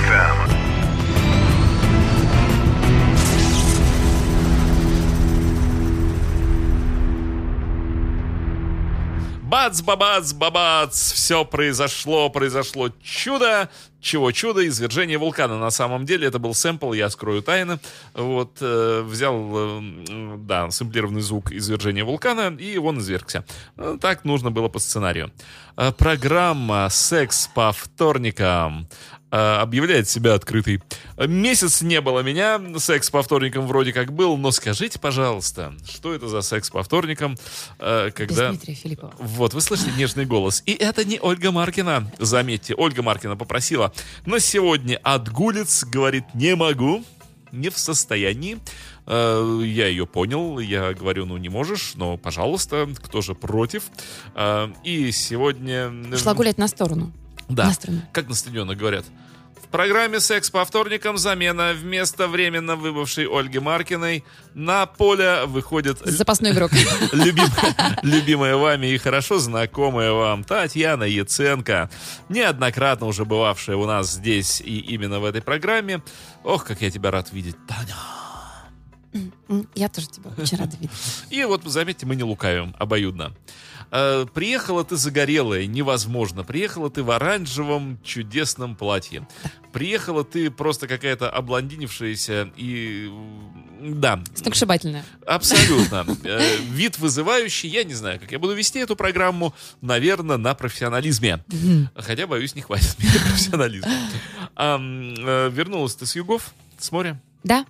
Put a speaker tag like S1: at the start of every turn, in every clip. S1: FM.
S2: Бац, бабац, бабац, все произошло, произошло чудо. Чего чудо? Извержение вулкана. На самом деле это был сэмпл, я скрою тайны. Вот, э, взял, э, м, да, сэмплированный звук извержения вулкана, и он извергся. Э, Так нужно было по сценарию. Э, Программа «Секс по вторникам» э, объявляет себя открытой. Э, Месяц не было меня, секс по вторникам вроде как был, но скажите, пожалуйста, что это за секс по вторникам, э,
S3: Без
S2: когда...
S3: Дмитрия Филиппова.
S2: Вот, вы слышите нежный голос. И это не Ольга Маркина. Заметьте, Ольга Маркина попросила. На сегодня отгулец говорит «не могу», «не в состоянии». Э, Я ее понял, я говорю, ну не можешь, но пожалуйста, кто же против? Э, И сегодня... э,
S3: Шла гулять на сторону.
S2: Да.
S3: на страну.
S2: Как на стадионах говорят. В программе «Секс по вторникам» замена вместо временно выбывшей Ольги Маркиной на поле выходит
S3: Запасной игрок.
S2: Любим- любимая вами и хорошо знакомая вам Татьяна Яценко, неоднократно уже бывавшая у нас здесь и именно в этой программе. Ох, как я тебя рад видеть, Таня.
S3: М, Я тоже тебя очень рада видеть.
S2: И вот, заметьте, мы не лукавим обоюдно. Э, приехала ты загорелая, невозможно. Приехала ты в оранжевом чудесном платье. Приехала ты просто какая-то облондинившаяся и... м, Да.
S3: Сногсшибательная.
S2: Абсолютно. Э, Вид вызывающий. Я не знаю, как я буду вести эту программу. Наверное, на профессионализме. Хотя, боюсь, не хватит мне профессионализма. Ам, э, Вернулась ты с югов, с моря.
S3: Да?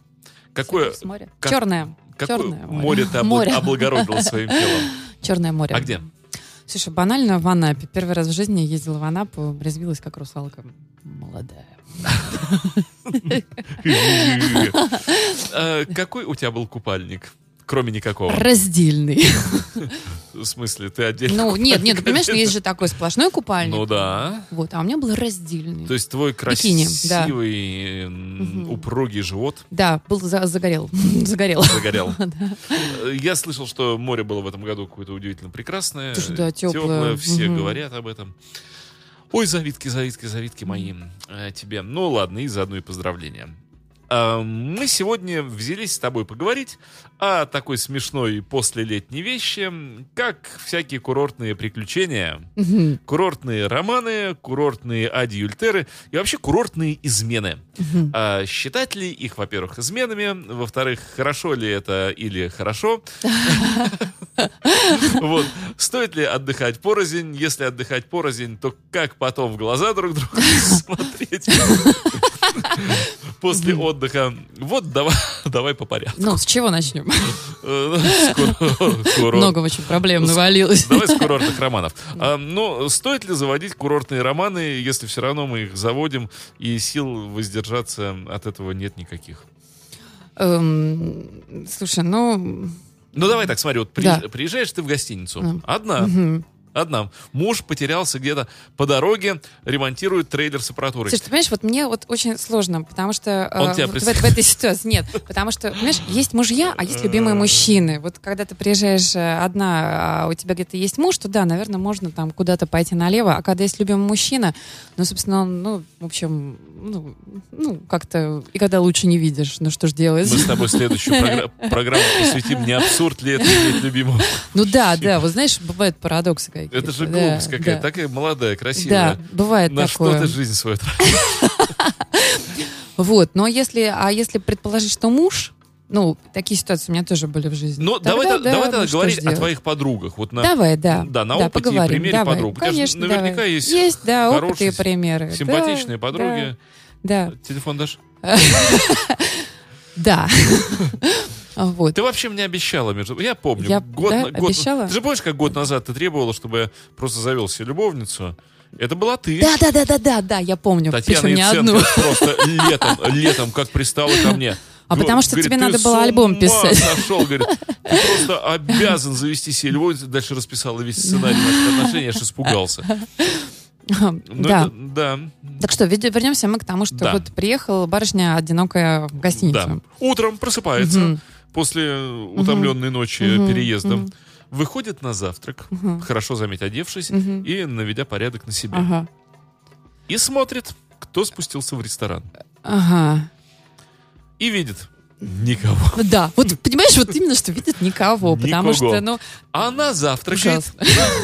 S2: Какое,
S3: С моря.
S2: как-
S3: Черное.
S2: какое
S3: Черное
S2: море ты обл-
S3: Море.
S2: облагородил своим телом?
S3: Черное море.
S2: А где?
S3: Слушай, банально в Анапе. Первый раз в жизни я ездила в Анапу, резвилась как русалка. Молодая.
S2: Э, Какой у тебя был купальник? Кроме никакого.
S3: Раздельный.
S2: В смысле, ты отдельно...
S3: Ну, нет, нет, ну, понимаешь, есть же такой сплошной купальник.
S2: Ну да.
S3: Вот, а у меня был раздельный.
S2: То есть твой
S3: Бикини, да.
S2: красивый, м,
S3: Мгм.
S2: упругий живот
S3: Да, был за- загорел. Загорел.
S2: загорел. Э, Я слышал, что море было в этом году какое-то удивительно прекрасное.
S3: Слушай, да, теплое.
S2: Все
S3: Мгм.
S2: говорят об этом. Ой, завитки, завитки, завитки мои э, тебе. Ну ладно, и заодно и поздравления. А, Мы сегодня взялись с тобой поговорить о такой смешной послелетней вещи, как всякие курортные приключения,
S3: Мгм,
S2: курортные романы, курортные адюльтеры и вообще курортные измены.
S3: мгм.
S2: А считать ли их, во-первых, изменами, во-вторых, хорошо ли это или хорошо? Вот. Стоит ли отдыхать порознь? Если отдыхать порознь, то как потом в глаза друг другу смотреть? После отдыха. Вот давай, давай по порядку.
S3: Ну, с чего начнем?
S2: Э, с кур- с курорта.
S3: Много очень проблем навалилось.
S2: Давай с курортных романов. А, ну, стоит ли заводить курортные романы, если все равно мы их заводим, и сил воздержаться от этого нет никаких?
S3: Эм, Слушай, ну...
S2: Ну, давай так, смотри, вот при-
S3: Да.
S2: приезжаешь ты в гостиницу.
S3: Мгм.
S2: Одна.
S3: мгм.
S2: Одна. Муж потерялся где-то по дороге, ремонтирует трейлер с аппаратурой.
S3: Слушай, ты понимаешь, вот мне вот очень сложно, потому что э,
S2: Он тебя
S3: вот в,
S2: представ-
S3: в этой ситуации нет, потому что понимаешь, есть мужья, а есть любимые мужчины. Вот когда ты приезжаешь э, одна, а у тебя где-то есть муж, то да, наверное, можно там куда-то пойти налево, а когда есть любимый мужчина, ну собственно, он, ну в общем, ну, ну, как-то и когда лучше не видишь, ну что ж
S2: Мы
S3: делать?
S2: с тобой следующую програ- программу посвятим, не абсурд ли это иметь любимого.
S3: Ну да, да, вот знаешь, бывают парадоксы какие-то.
S2: Это же
S3: да,
S2: глупость какая-то.
S3: да.
S2: Такая молодая,
S3: Да,
S2: красивая.
S3: бывает
S2: На
S3: такое.
S2: что ты жизнь свою тратишь?
S3: Вот, но если, а если предположить, что муж, ну, такие ситуации у меня тоже были в жизни.
S2: Ну,
S3: Тогда
S2: давай та-
S3: да,
S2: давай
S3: ну,
S2: тогда
S3: что
S2: говорить
S3: ж
S2: о
S3: делать.
S2: твоих подругах. Вот на
S3: Давай, да.
S2: Да, на опыте и
S3: поговорим.
S2: примере
S3: давай.
S2: подруг. У тебя же
S3: Конечно,
S2: наверняка
S3: давай.
S2: есть
S3: Есть, да, опыт
S2: хорошие,
S3: и примеры.
S2: Симпатичные
S3: Да,
S2: подруги.
S3: Да,
S2: Телефон дашь?
S3: да. да. Вот.
S2: Ты вообще мне обещала, между Я помню.
S3: Я,
S2: год,
S3: да,
S2: на- год-
S3: обещала?
S2: Ты же помнишь, как год назад ты требовала, чтобы я просто завел себе любовницу? Это была ты.
S3: Да, да, да, да, да, да, я помню.
S2: Татьяна
S3: Причем не
S2: Яценко
S3: одну.
S2: просто летом, летом как пристала ко мне.
S3: А
S2: Говорит,
S3: потому что
S2: говорит,
S3: тебе
S2: «Ты
S3: надо
S2: с
S3: было альбом
S2: ума
S3: писать».
S2: сошел, говорит, ты просто обязан завести себе любовницу. Дальше расписала весь сценарий наших отношений, я аж испугался. Ну,
S3: Да.
S2: это- да.
S3: Так что, ведь вернемся мы к тому, что
S2: Да.
S3: вот приехала барышня одинокая в гостиницу.
S2: Да. Утром просыпается
S3: Мгм.
S2: после утомленной ночи
S3: Мгм.
S2: переездом.
S3: Мгм.
S2: Выходит на завтрак,
S3: Мгм.
S2: хорошо заметь, одевшись
S3: Мгм.
S2: и наведя порядок на себе.
S3: Ага.
S2: И смотрит, кто спустился в ресторан.
S3: Ага.
S2: И видит никого.
S3: Да, вот понимаешь, вот именно что видит никого, потому
S2: Никого.
S3: что, ну,
S2: А Она завтракает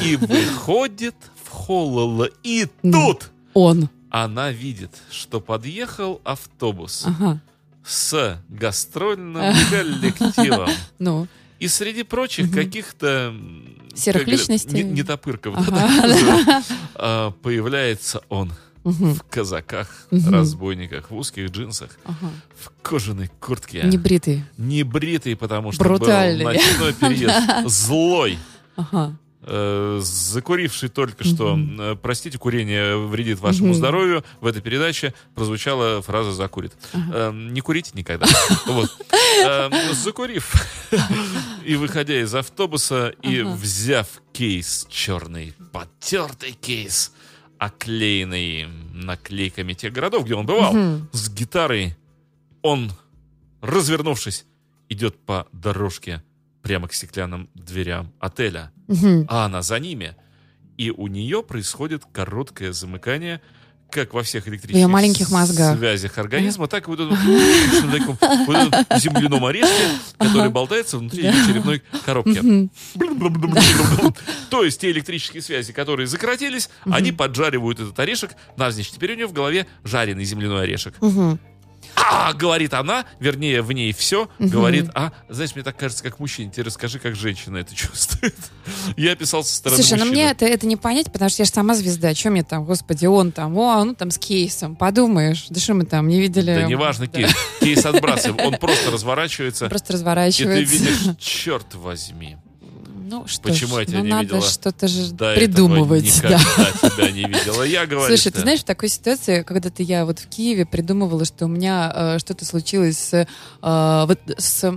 S2: и выходит в хололо. И тут
S3: он.
S2: она видит, что подъехал автобус
S3: Ага.
S2: с гастрольным коллективом.
S3: Ну,
S2: И среди прочих каких-то... м,
S3: Серых
S2: как говорят,
S3: личностей.
S2: не- Нетопырков.
S3: Ага.
S2: да-да. А, Появляется он
S3: мгм,
S2: в казаках,
S3: Мгм.
S2: разбойниках, в узких джинсах,
S3: ага.
S2: в кожаной куртке.
S3: небритый.
S2: Небритый, потому что
S3: Брутальный.
S2: был ночной переезд. Злой.
S3: Ага.
S2: э, закуривший только что,
S3: Мгм.
S2: э, простите, курение вредит вашему
S3: Мгм.
S2: здоровью, в этой передаче прозвучала фраза «закурит». Э, Не курите никогда. Вот. Э, Закурив и выходя из автобуса и
S3: Ага.
S2: взяв кейс черный, потертый кейс, оклеенный наклейками тех городов, где он бывал,
S3: Мгм.
S2: с гитарой он, развернувшись, идет по дорожке прямо к стеклянным дверям отеля
S3: Мгм.
S2: а она за ними. И у нее происходит короткое замыкание, как во всех электрических
S3: её маленьких мозгах.
S2: связях организма, так и вот этом на таком вот этом земляном орешке, который болтается внутри её черепной коробки.
S3: Мгм.
S2: То есть те электрические связи, которые закоротились, они поджаривают этот орешек навзничь. Теперь у нее в голове жареный земляной орешек.
S3: Мгм.
S2: А, говорит она, вернее, в ней все, говорит, а, знаешь, мне так кажется, как мужчина, тебе расскажи, как женщина это чувствует. Я писал со стороны
S3: Слушай, ну
S2: мужчины.
S3: мне это, это не понять, потому что я же сама звезда. Че мне там, господи, он там, о, ну там с кейсом, подумаешь. Да что мы там, не видели.
S2: Да неважно, кейс. Кейс отбрасываем. Он просто разворачивается.
S3: Просто
S2: И ты
S3: разворачивается.
S2: видишь, черт возьми.
S3: Ну что
S2: Почему
S3: ж,
S2: я тебя
S3: ну
S2: не
S3: надо
S2: видела?
S3: что-то же
S2: До этого
S3: придумывать. да.
S2: никогда тебя не видела. Я говорю,
S3: Слушай, ты знаешь, в такой ситуации, когда-то я вот в Киеве придумывала, что у меня э, что-то случилось с, э, вот с, э,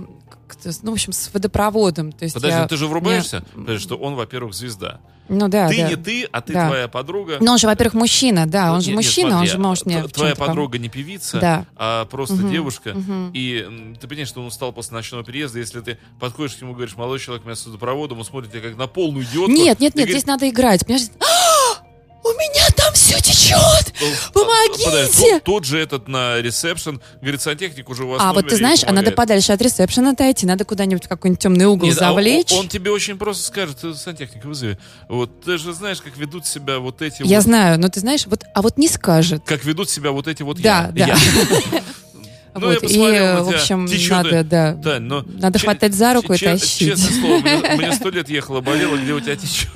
S3: как-то с- ну, в общем, с водопроводом. То есть
S2: Подожди,
S3: я-
S2: ну ты же врубаешься, потому что он, во-первых, звезда.
S3: Ну да,
S2: ты
S3: да.
S2: не ты, а ты
S3: Да.
S2: твоя подруга.
S3: Но он же, во-первых, мужчина, да, он же
S2: Нет, нет,
S3: мужчина, он
S2: Ну, смотри,
S3: же может мне
S2: т-
S3: в
S2: Твоя
S3: чем-то помочь.
S2: подруга не певица,
S3: Да.
S2: а просто
S3: Мгм,
S2: девушка.
S3: мгм.
S2: И м, ты понимаешь, что он устал после ночного переезда. Если ты подходишь к нему и говоришь, молодой человек, меня с водопроводом, он смотрит тебя как на полную идиотку.
S3: Нет, нет,
S2: и
S3: нет,
S2: говорит,
S3: здесь надо играть. Понимаешь? «А, У меня там все течет!
S2: Тот-
S3: Помогите!
S2: Подожди, Тут, тут же этот на ресепшн говорит, сантехник уже у вас
S3: А
S2: в
S3: вот ты
S2: номере и
S3: знаешь, а надо
S2: помогает».
S3: подальше от ресепшена отойти, надо куда-нибудь в какой-нибудь темный угол
S2: Нет, а
S3: завлечь.
S2: он, он тебе очень просто скажет, «Э, сантехника вызови. Вот ты же знаешь, как ведут себя вот эти
S3: Я
S2: вот...
S3: знаю, но ты знаешь, вот, а вот не скажет.
S2: Как ведут себя вот эти вот
S3: Да,
S2: я.
S3: да.
S2: Я. Ну, я
S3: Вот, и,
S2: посмотрел на
S3: э, в
S2: тебя.
S3: общем,
S2: Течет,
S3: надо, да.
S2: Тань, но
S3: Надо хватать за руку и
S2: че-
S3: тащить.
S2: Честное слово, мне- мне сто лет ехала, болела, где у тебя течет.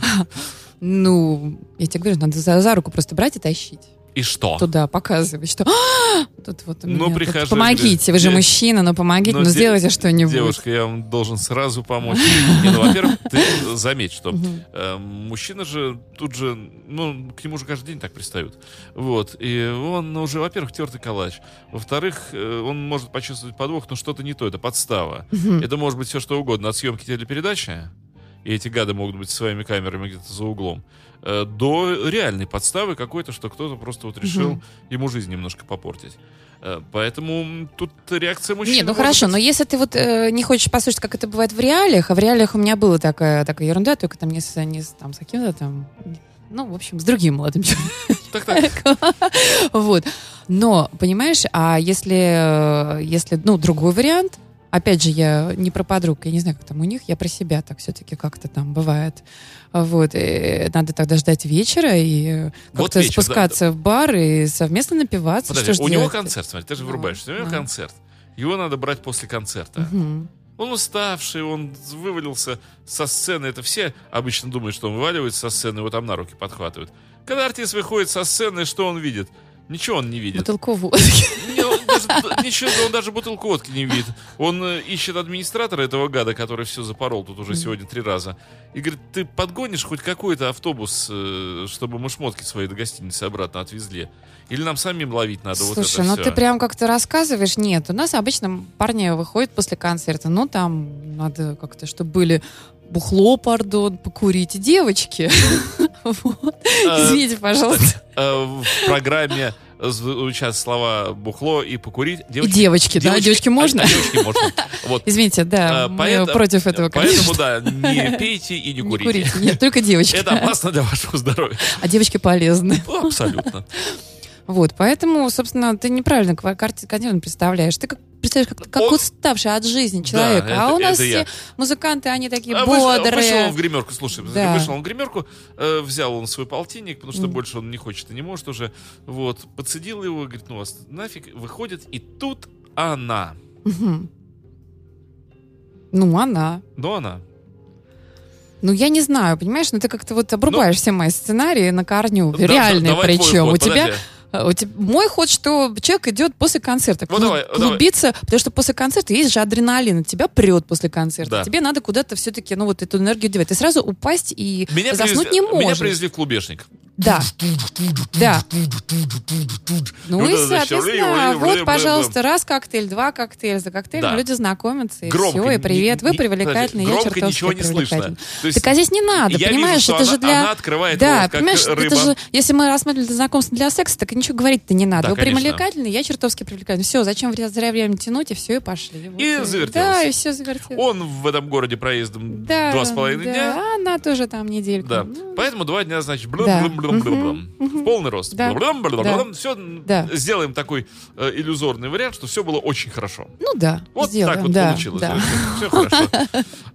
S3: Ну, я тебе говорю, надо за, за руку просто брать и тащить
S2: И что?
S3: туда, показывать, что «А, тут вот у
S2: Ну,
S3: меня, тут
S2: прихожу,
S3: помогите, вы же
S2: говорю,
S3: мужчина, ну помогите,
S2: Но
S3: ну
S2: де-
S3: сделайте что-нибудь.
S2: Девушка, я вам должен сразу помочь. Не, ну, во-первых, ты э, заметь, что
S3: Мгм.
S2: э, мужчина же тут же, ну, к нему же каждый день так пристают. Вот. И он уже, во-первых, тертый калач. Во-вторых, э, он может почувствовать подвох, но что-то не то, это подстава.
S3: Мгм.
S2: Это может быть все что угодно. От съемки телепередачи, и эти гады могут быть со своими камерами где-то за углом, э, до реальной подставы какой-то, что кто-то просто вот решил
S3: Мгм.
S2: ему жизнь немножко попортить. Э, Поэтому м, тут реакция мужчины...
S3: Не, ну
S2: может
S3: хорошо,
S2: быть-
S3: но если ты вот э, не хочешь послушать, как это бывает в реалиях, а в реалиях у меня была такая, такая ерунда, только там не с, не с, там, с каким-то там, ну, в общем, с другим молодым человеком.
S2: Так-так.
S3: Вот. Но, понимаешь, а если, э, если, ну, другой вариант, опять же, я не про подруг, я не знаю, как там у них, я про себя так все-таки как-то там бывает. Вот. и надо тогда ждать вечера и э,
S2: Вот
S3: как-то
S2: вечер, да,
S3: спускаться в бар и совместно напиваться.
S2: Подожди,
S3: Что ж
S2: у него
S3: делать-то?
S2: концерт, смотри, ты же
S3: Ну,
S2: врубаешься. У него
S3: да.
S2: концерт. Его надо брать после концерта.
S3: Мгм.
S2: Он уставший, он вывалился со сцены. Это все обычно думают, что он вываливается со сцены, его там на руки подхватывают. Когда артист выходит со сцены, что он видит? Ничего он не видит.
S3: Бутылку водки.
S2: Не, он даже- ничего, он даже бутылку водки не видит. Он э, ищет администратора этого гада, который все запорол тут уже сегодня три раза. И говорит, ты подгонишь хоть какой-то автобус, э, чтобы мы шмотки свои до гостиницы обратно отвезли? Или нам самим ловить надо вот это
S3: Слушай, ну
S2: всё?»
S3: ты прям как-то рассказываешь. Нет, у нас обычно парни выходят после концерта. Ну там надо как-то, чтобы были бухло, пардон, покурите, девочки. Вот.
S2: Э,
S3: Извините, пожалуйста.
S2: Э, В программе звучат слова «бухло» и «покурить».
S3: И девочки, да, девочки можно?
S2: а девочки можно. Вот.
S3: Извините, да,
S2: Э,
S3: мы
S2: поэт-
S3: против этого,
S2: Поэтому,
S3: конечно.
S2: да, не пейте и не
S3: Не
S2: курите.
S3: курите, нет, только девочки.
S2: Это опасно для вашего здоровья.
S3: А девочки полезны.
S2: Ну, Абсолютно.
S3: Вот, поэтому, собственно, ты неправильно ква- карти- картину представляешь. Ты как представляешь, как, как
S2: Он-
S3: уставший от жизни человек.
S2: это-
S3: а у нас
S2: это я.
S3: все музыканты, они такие
S2: А вышел- Вышел он
S3: бодрые.
S2: в гримерку, слушай, смотри,
S3: Да.
S2: вышел он в гримерку, э, взял он свой полтинник, потому что
S3: Мгм.
S2: больше он не хочет и не может уже. Вот, подсадил его, говорит, ну вас нафиг, выходит, и тут она.
S3: Мгм. Ну, она.
S2: Но она.
S3: Ну, я не знаю, понимаешь, но ты как-то вот обрубаешь все мои сценарии на корню,
S2: Ну, Да, да,
S3: реальные
S2: давай твой
S3: причем.
S2: ход,
S3: у, тебя,
S2: подожди.
S3: э, у тебя мой ход, что человек идет после концерта,
S2: Ну,
S3: клу-
S2: давай, давай.
S3: клубиться, потому что после концерта есть же адреналин, от тебя прет после концерта,
S2: Да.
S3: тебе надо куда-то все-таки, ну, вот эту энергию девать. Ты сразу упасть и
S2: Меня
S3: заснуть
S2: привезли,
S3: не можешь.
S2: Меня привезли в клубешник.
S3: Да. Да. Ну
S2: Вот
S3: и,
S2: это значит,
S3: соответственно,
S2: ры- ры- ры-
S3: вот, пожалуйста,
S2: ры-
S3: раз коктейль, два коктейля за коктейлем
S2: Да.
S3: люди знакомятся, и
S2: Громко.
S3: все, и привет,
S2: ни-
S3: вы
S2: ни-
S3: привлекательны, я
S2: подожди,
S3: чертовски
S2: Громко ничего не слышно.
S3: привлекательна.
S2: То есть
S3: Так а здесь не надо,
S2: я вижу,
S3: понимаешь,
S2: что
S3: это
S2: она-
S3: же для...
S2: она открывает
S3: да,
S2: рот, как
S3: понимаешь,
S2: рыба.
S3: это же, если мы рассматривали это знакомство для секса, так и ничего говорить-то не надо.
S2: Да,
S3: Вы
S2: конечно.
S3: привлекательны, я чертовски привлекательна. Все, зачем вря- зря время тянуть, и все, и пошли. Вот,
S2: И завертелось.
S3: Да, и все завертелось.
S2: Он в этом городе проездом
S3: Да,
S2: два с половиной
S3: да,
S2: дня.
S3: а она тоже там недельку.
S2: Да.
S3: Ну,
S2: Поэтому два дня, значит,
S3: Да.
S2: блум-блум-блум-блум. В полный рост.
S3: Да.
S2: Блум-блум-блум-блум. Все,
S3: Да.
S2: сделаем такой э, иллюзорный вариант, что все было очень хорошо.
S3: Ну да,
S2: Вот
S3: сделаем,
S2: так вот
S3: да,
S2: получилось.
S3: да.
S2: Все хорошо.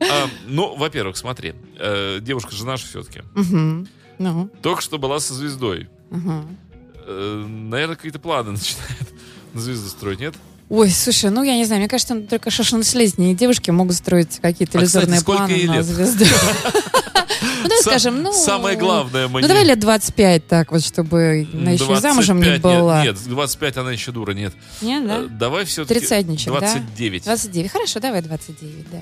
S2: А, Ну, во-первых, смотри, э, девушка же наша все-таки.
S3: Мгм. Ну,
S2: Только что была со звездой.
S3: ага.
S2: Наверное, какие-то планы начинает на звезду строить, нет?
S3: Ой, слушай, ну я не знаю, мне кажется, ну, только шашенследние девушки могут строить какие-то
S2: А,
S3: иллюзорные
S2: кстати, сколько
S3: планы
S2: ей
S3: на
S2: лет?
S3: звезду. Ну, давай
S2: Са-
S3: скажем, ну...
S2: Самое главное, мы не-
S3: Ну, давай лет 25 так вот, чтобы она еще и замужем не
S2: 25,
S3: была.
S2: Нет, нет, 25 она еще дура, нет.
S3: Не, да?
S2: Э, Давай все-таки...
S3: Тридцатничек, да?
S2: 29.
S3: 29. Хорошо, давай 29, да.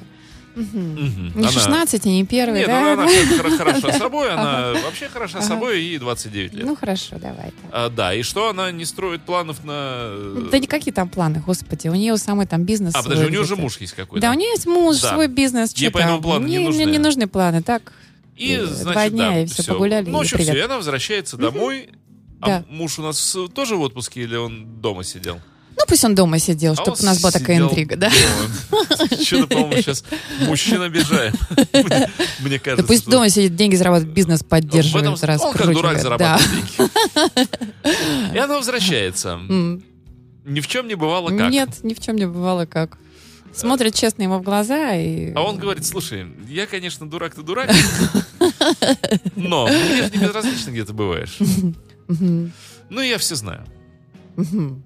S3: Мгм.
S2: Мгм.
S3: Не
S2: Она-
S3: 16, и не первый,
S2: Нет,
S3: да?
S2: ну, она хоро- хороша собой, она вообще хороша собой, и 29 лет.
S3: Ну, хорошо, давай. так.
S2: А, Да, и что она не строит планов на... э,
S3: Да никакие там планы, господи. У нее у самой там бизнес
S2: А,
S3: свой
S2: подожди, у нее же
S3: где-то.
S2: муж есть какой-то.
S3: Да, у нее есть муж,
S2: Да.
S3: свой бизнес.
S2: Ей
S3: чё
S2: поэтому
S3: там.
S2: планы не
S3: Мне-
S2: нужны.
S3: Мне не нужны планы, так.
S2: И,
S3: э,
S2: значит,
S3: два дня,
S2: да, Ну,
S3: и всё, погуляли, и
S2: Ночью
S3: привет.
S2: все, и она возвращается домой. А
S3: Да.
S2: муж у нас э, тоже в отпуске или он дома сидел?
S3: Ну, пусть он дома сидел,
S2: А
S3: чтобы
S2: он
S3: у нас была такая
S2: сидел
S3: интрига, да?
S2: дома. Что-то, по-моему, сейчас мужчин обижаем. Мне- Мне
S3: Да
S2: кажется.
S3: пусть
S2: что-
S3: дома сидит, деньги зарабатывает, бизнес
S2: Ну, В этом-
S3: поддерживает,
S2: Он как дурак
S3: раскручивает.
S2: зарабатывает
S3: Да.
S2: деньги. И она возвращается.
S3: М.
S2: Ни в чем не бывало как.
S3: Нет, ни в чем не бывало как. Смотрит честно ему в глаза и...
S2: А он говорит, слушай, я, конечно, дурак, ты дурак, но мне же не безразлично, где ты бываешь.
S3: Мгм,
S2: Ну, я все знаю.
S3: мгм.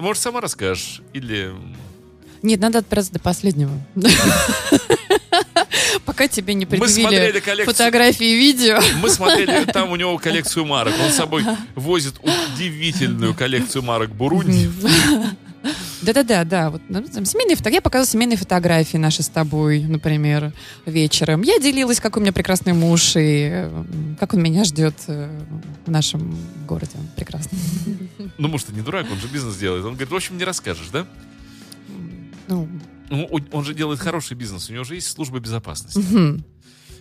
S2: Может, сама расскажешь? Или...
S3: Нет, надо отправиться до последнего. Пока тебе не
S2: Мы смотрели
S3: предъявили
S2: коллекцию...
S3: фотографии и видео.
S2: Мы смотрели, там у него коллекцию марок. Он с собой возит удивительную коллекцию марок Бурунди.
S3: Да-да-да, да. Вот, ну, там семейные фото- Я показывала семейные фотографии наши с тобой, например, вечером. Я делилась, какой у меня прекрасный муж и э, как он меня ждет э, в нашем городе. Прекрасно.
S2: Ну, может, и не дурак, он же бизнес делает. Он говорит, в общем, не расскажешь, да?
S3: Ну,
S2: Ну, у- он же делает хороший бизнес, у него же есть служба безопасности.
S3: мгм,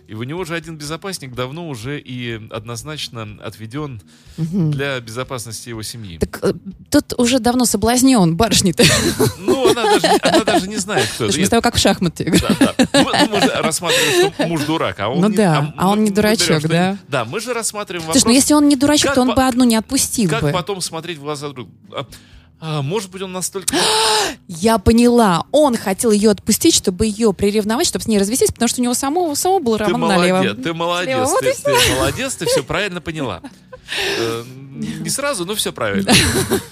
S2: И у него же один безопасник давно уже и однозначно отведен
S3: мгм.
S2: для безопасности его семьи.
S3: Так э, тот уже давно соблазнен, барышня-то.
S2: Ну, она даже, она даже не знает, кто
S3: Потому
S2: это.
S3: что Мы с тобой как в шахматы играем.
S2: Да, да. Мы, ну, мы же рассматриваем, что муж дурак, а он
S3: Ну
S2: не,
S3: да, а он
S2: мы-
S3: не
S2: мы
S3: дурачок,
S2: берем, что-
S3: да.
S2: Да, мы же рассматриваем вопрос,
S3: Слушай, ну если он не дурачок,
S2: Как
S3: то он
S2: по-
S3: бы одну не отпустил
S2: как
S3: бы.
S2: потом смотреть в глаза друг друга. А, а, может быть, он настолько...
S3: Я поняла. Он хотел ее отпустить, чтобы ее приревновать, чтобы с ней развестись, потому что у него самого, самого был
S2: Ты
S3: роман
S2: молодец,
S3: налево.
S2: ты молодец,
S3: Слева, вот
S2: ты,
S3: и
S2: ты молодец, ты все правильно поняла. Э, Не сразу, но все правильно.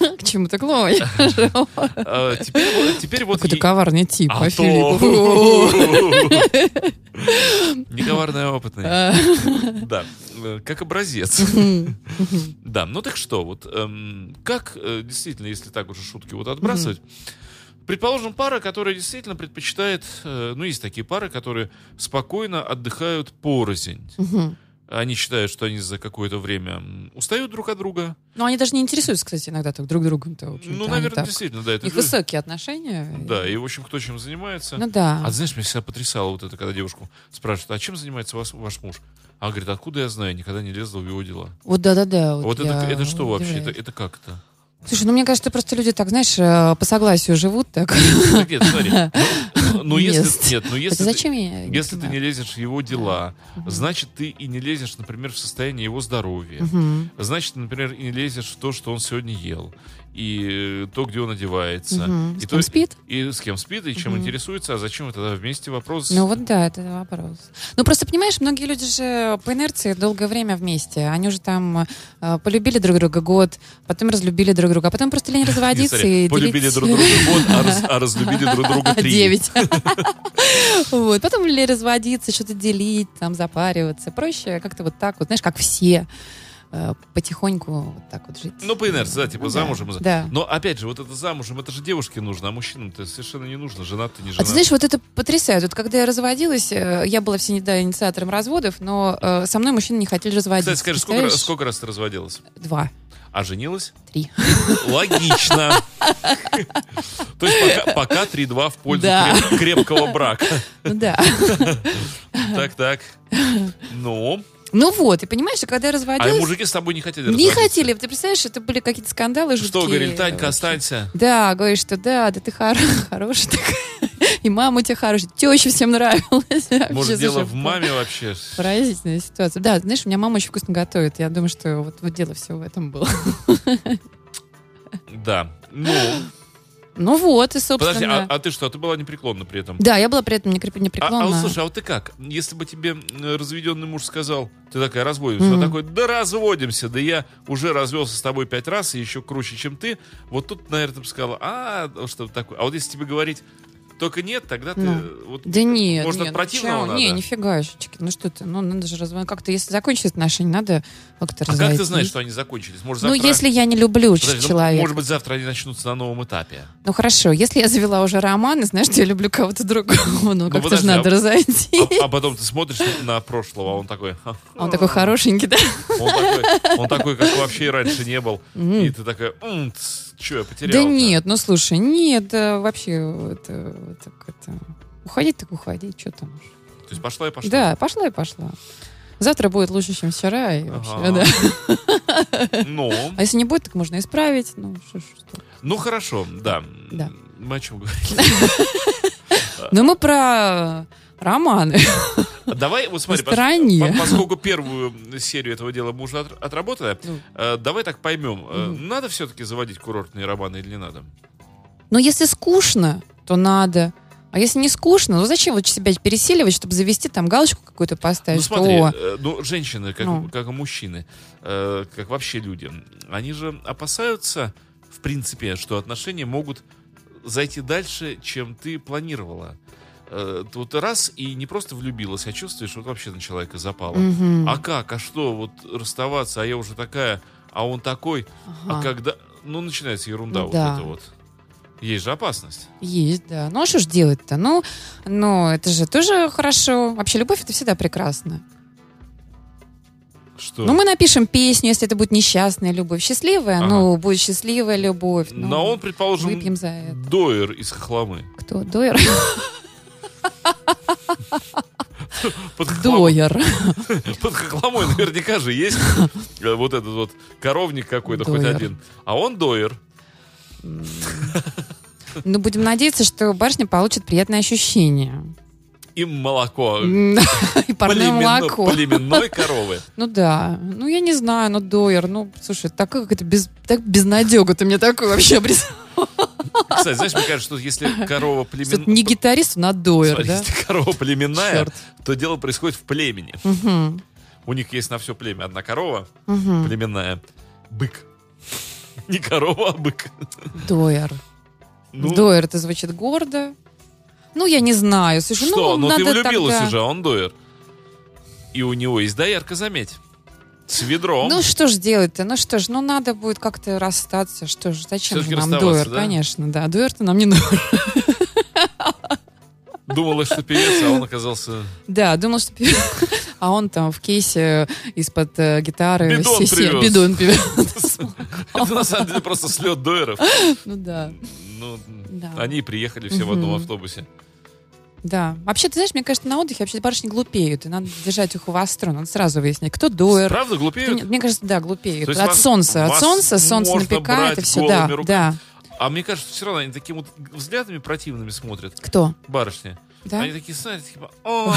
S3: Ну, К чему ты клонишь?
S2: Э, Теперь, вот- теперь вот...
S3: Какой-то
S2: е-
S3: коварный тип,
S2: А
S3: а,
S2: то.
S3: Филипп.
S2: Не коварный, а опытный.
S3: А,
S2: Да, э, как образец.
S3: м,
S2: Да, ну так что, вот эм, как э, действительно, если так уже шутки вот отбрасывать, предположим, пара, которая действительно предпочитает, э, ну есть такие пары, которые спокойно отдыхают порознь.
S3: мгм.
S2: Они считают, что они за какое-то время устают друг от друга.
S3: Ну, они даже не интересуются, кстати, иногда так друг другом-то. в общем-то,
S2: ну,
S3: они
S2: наверное,
S3: так.
S2: действительно, да.
S3: У
S2: Это
S3: них
S2: люди-
S3: высокие отношения.
S2: Да, и, в общем, кто чем занимается.
S3: Ну да.
S2: А ты знаешь, меня всегда потрясало вот это, когда девушку спрашивают, а чем занимается вас- ваш муж? А говорит, откуда я знаю, Я никогда не лезла в его дела.
S3: Вот да-да-да.
S2: Вот
S3: я
S2: это, это что вообще? Это,
S3: удивляюсь.
S2: это как это?
S3: Слушай, ну мне кажется, просто люди так, знаешь, э, по согласию живут так.
S2: Так Ну, Нет, смотри. ну, Ну, если...
S3: Мест.
S2: Нет, ну
S3: Это
S2: если... ты-
S3: зачем я?
S2: Если ты не
S3: понимаю?
S2: лезешь в его дела, значит, ты и не лезешь, например, в состояние его здоровья.
S3: Мгм.
S2: Значит, ты, например, и не лезешь в то, что он сегодня ел, и э, то, где он одевается,
S3: Мгм.
S2: и,
S3: С
S2: то-
S3: кем спит?
S2: и с кем спит, и чем интересуется, а зачем вы тогда вместе вопрос?
S3: Ну вот да, это вопрос. Ну просто понимаешь, многие люди же по инерции долгое время вместе. Они уже там э, полюбили друг друга год, потом разлюбили друг друга, а потом просто лень
S2: Не,
S3: разводиться
S2: смотри,
S3: и
S2: полюбили
S3: делить-
S2: друг друга год, а, раз- а разлюбили друг друга три.
S3: Девять. Вот. Потом ли разводиться, что-то делить, там, запариваться. Проще как-то вот так вот, знаешь, как все. э, Потихоньку вот так вот жить.
S2: Ну, по инерции, да, типа
S3: Ну, да,
S2: замужем. за-
S3: да.
S2: Но опять же, вот это замужем, это же девушке нужно, а мужчинам-то совершенно не нужно, женат ты не
S3: А
S2: женат.
S3: ты знаешь, вот это потрясает. Вот когда я разводилась, э, я была всегда инициатором разводов, но э, со мной мужчины не хотели разводиться.
S2: Кстати, скажи, сколько,
S3: Представляешь?
S2: раз- сколько раз ты разводилась?
S3: Два,
S2: А женилась?
S3: три.
S2: Логично. То есть пока- пока 3-2 в пользу
S3: Да.
S2: креп- крепкого брака.
S3: Ну да.
S2: Так, так. Ну,
S3: Ну вот, и понимаешь, и когда я
S2: а
S3: разводилась...
S2: мужики с тобой не хотели
S3: Не
S2: разводиться?
S3: хотели, ты представляешь, это были какие-то скандалы жуткие.
S2: Что, говорили, Танька, останься.
S3: Да, говоришь, что да, да ты хоро- хорошая такая. И мама у тебя хорошая. Теща всем нравилась. Вообще,
S2: Может, дело
S3: слушай,
S2: в маме вообще.
S3: Поразительная ситуация. Да, знаешь, у меня мама очень вкусно готовит. Я думаю, что вот, вот дело все в этом было.
S2: Да. Ну,
S3: Ну вот, и, собственно...
S2: подожди, а, а ты что, ты была непреклонна при этом?
S3: Да, я была при этом некреп-
S2: А,
S3: непреклонна.
S2: а вот слушай, а вот ты как? Если бы тебе м, разведенный муж сказал, ты такая разводимся,
S3: Мгм.
S2: он такой, да разводимся, да я уже развелся с тобой пять раз и еще круче, чем ты. Вот тут, наверное, ты бы сказала, а, ну, что такое. А вот если тебе говорить, только нет, тогда ты...
S3: Ну.
S2: вот-
S3: Да нет,
S2: Может,
S3: нет,
S2: от противного
S3: ну, чё, Не,
S2: надо? А
S3: нифига, Жечки, ну что ты, ну надо же разводить. Как-то, если закончились отношения, надо как-то
S2: А как ты
S3: разводить.
S2: знаешь, что они закончились? Может,
S3: Ну,
S2: завтра...
S3: если я не люблю
S2: Подожди, ну,
S3: человека.
S2: может быть, завтра они начнутся на новом этапе.
S3: Ну хорошо, если я завела уже роман, и знаешь, что я люблю кого-то другого, ну, как-то
S2: подожди,
S3: же надо
S2: а-
S3: разойти.
S2: А, а потом ты смотришь на прошлого, а он такой... «Ха,
S3: А Он такой хорошенький, да?
S2: Он такой, он такой, как вообще и раньше не был. И ты такая, что я потерял?
S3: Да нет, ну слушай, нет, да, вообще, это, вот так это, уходить так уходить, что там. уж.
S2: То есть пошла и пошла.
S3: Да, пошла и пошла. Завтра будет лучше, чем вчера, и
S2: Ага.
S3: вообще, да.
S2: Ну,
S3: А если не будет, так можно исправить, ну что ж, что.
S2: ну хорошо, да.
S3: Да.
S2: Мы о чем говорим?
S3: Ну мы про романы.
S2: А Давай, вот Ну, смотри,
S3: На стороне.
S2: пос- по- поскольку первую серию этого дела мы уже от- отработали,
S3: Ну.
S2: э, давай так поймем, э, надо все-таки заводить курортные романы или не надо?
S3: Но если скучно, то надо. А если не скучно, ну зачем вот себя пересиливать, чтобы завести там галочку какую-то поставить?
S2: Ну
S3: что,
S2: смотри,
S3: «О,
S2: э, ну женщины, как,
S3: Ну.
S2: как и мужчины, э, как вообще люди, они же опасаются, в принципе, что отношения могут зайти дальше, чем ты планировала. Э, ты Вот раз и не просто влюбилась, а чувствуешь, вот вообще на человека запала.
S3: мгм,
S2: А как, а что, вот расставаться, а я уже такая, а он такой, а
S3: ага,
S2: когда... Ну, начинается ерунда
S3: Ну
S2: вот
S3: да.
S2: это вот. Есть же опасность.
S3: Есть, да. Ну а что ж делать-то? Ну, ну, это же тоже хорошо. Вообще, любовь это всегда прекрасно.
S2: Что?
S3: Ну, мы напишем песню, если это будет несчастная любовь. Счастливая,
S2: Ага.
S3: ну, будет счастливая любовь. Ну,
S2: Но он, предположим,
S3: Выпьем за это.
S2: Дойер из Хохломы.
S3: Кто? Дойер?
S2: Под Хохломой-
S3: Дойер.
S2: Под хохломой наверняка же есть э, вот этот вот коровник какой-то, хоть
S3: Дойер.
S2: один. А он доер.
S3: Ну, будем надеяться, что барышня получит приятное ощущение.
S2: И молоко.
S3: И парное
S2: Племенно-
S3: молоко.
S2: Племенной коровы.
S3: Ну да. Ну, я не знаю, ну, Дойер. Ну, слушай, так как это без... Так безнадега ты мне такой вообще обрисовал.
S2: Кстати, знаешь, мне кажется, что если корова
S3: Что это не
S2: племенная...
S3: гитарист, но Дойер, да?
S2: Если корова племенная,
S3: Чёрт.
S2: то дело происходит в племени.
S3: Мгм.
S2: У них есть на все племя одна корова
S3: Мгм.
S2: племенная. Бык. Не корова, а бык.
S3: Дойер.
S2: Ну,
S3: Дойер, это звучит гордо. Ну, я не знаю. Слушай,
S2: Что? Ну,
S3: надо
S2: ты влюбилась
S3: тогда-
S2: уже, а он доер. И у него есть доярка, заметь. С ведром.
S3: Ну, что ж делать-то? Ну, что ж, ну, надо будет как-то расстаться. Что ж, зачем
S2: Всё-таки
S3: же нам
S2: расставаться,
S3: Дойер?
S2: да?
S3: Конечно, да. Дойер-то нам не нужен.
S2: Думала, что певец, а он оказался...
S3: Да, думал, что... пи- а он там в кейсе из-под э, гитары
S2: Бидон
S3: си- си-
S2: привез.
S3: бидон привез.
S2: Это на самом деле просто слет дуэров.
S3: Ну да,
S2: Ну,
S3: Да.
S2: Они приехали все в
S3: Мгм.
S2: одном автобусе.
S3: да. Вообще, ты знаешь, мне кажется, на отдыхе вообще барышни глупеют, и надо держать ухо востро, надо сразу выяснять, кто дуэр,
S2: Правда,
S3: Ты
S2: глупеют?
S3: не- Мне кажется, да, глупеют.
S2: То есть
S3: От
S2: вас-
S3: солнца. От
S2: вас
S3: солнца солнце
S2: можно
S3: напекает и
S2: брать
S3: все. Да,
S2: голыми руками?
S3: да.
S2: А мне кажется, все равно они таким вот взглядами противными смотрят,
S3: Кто?
S2: барышни.
S3: Да?
S2: Они такие смотрят, типа, «Ой,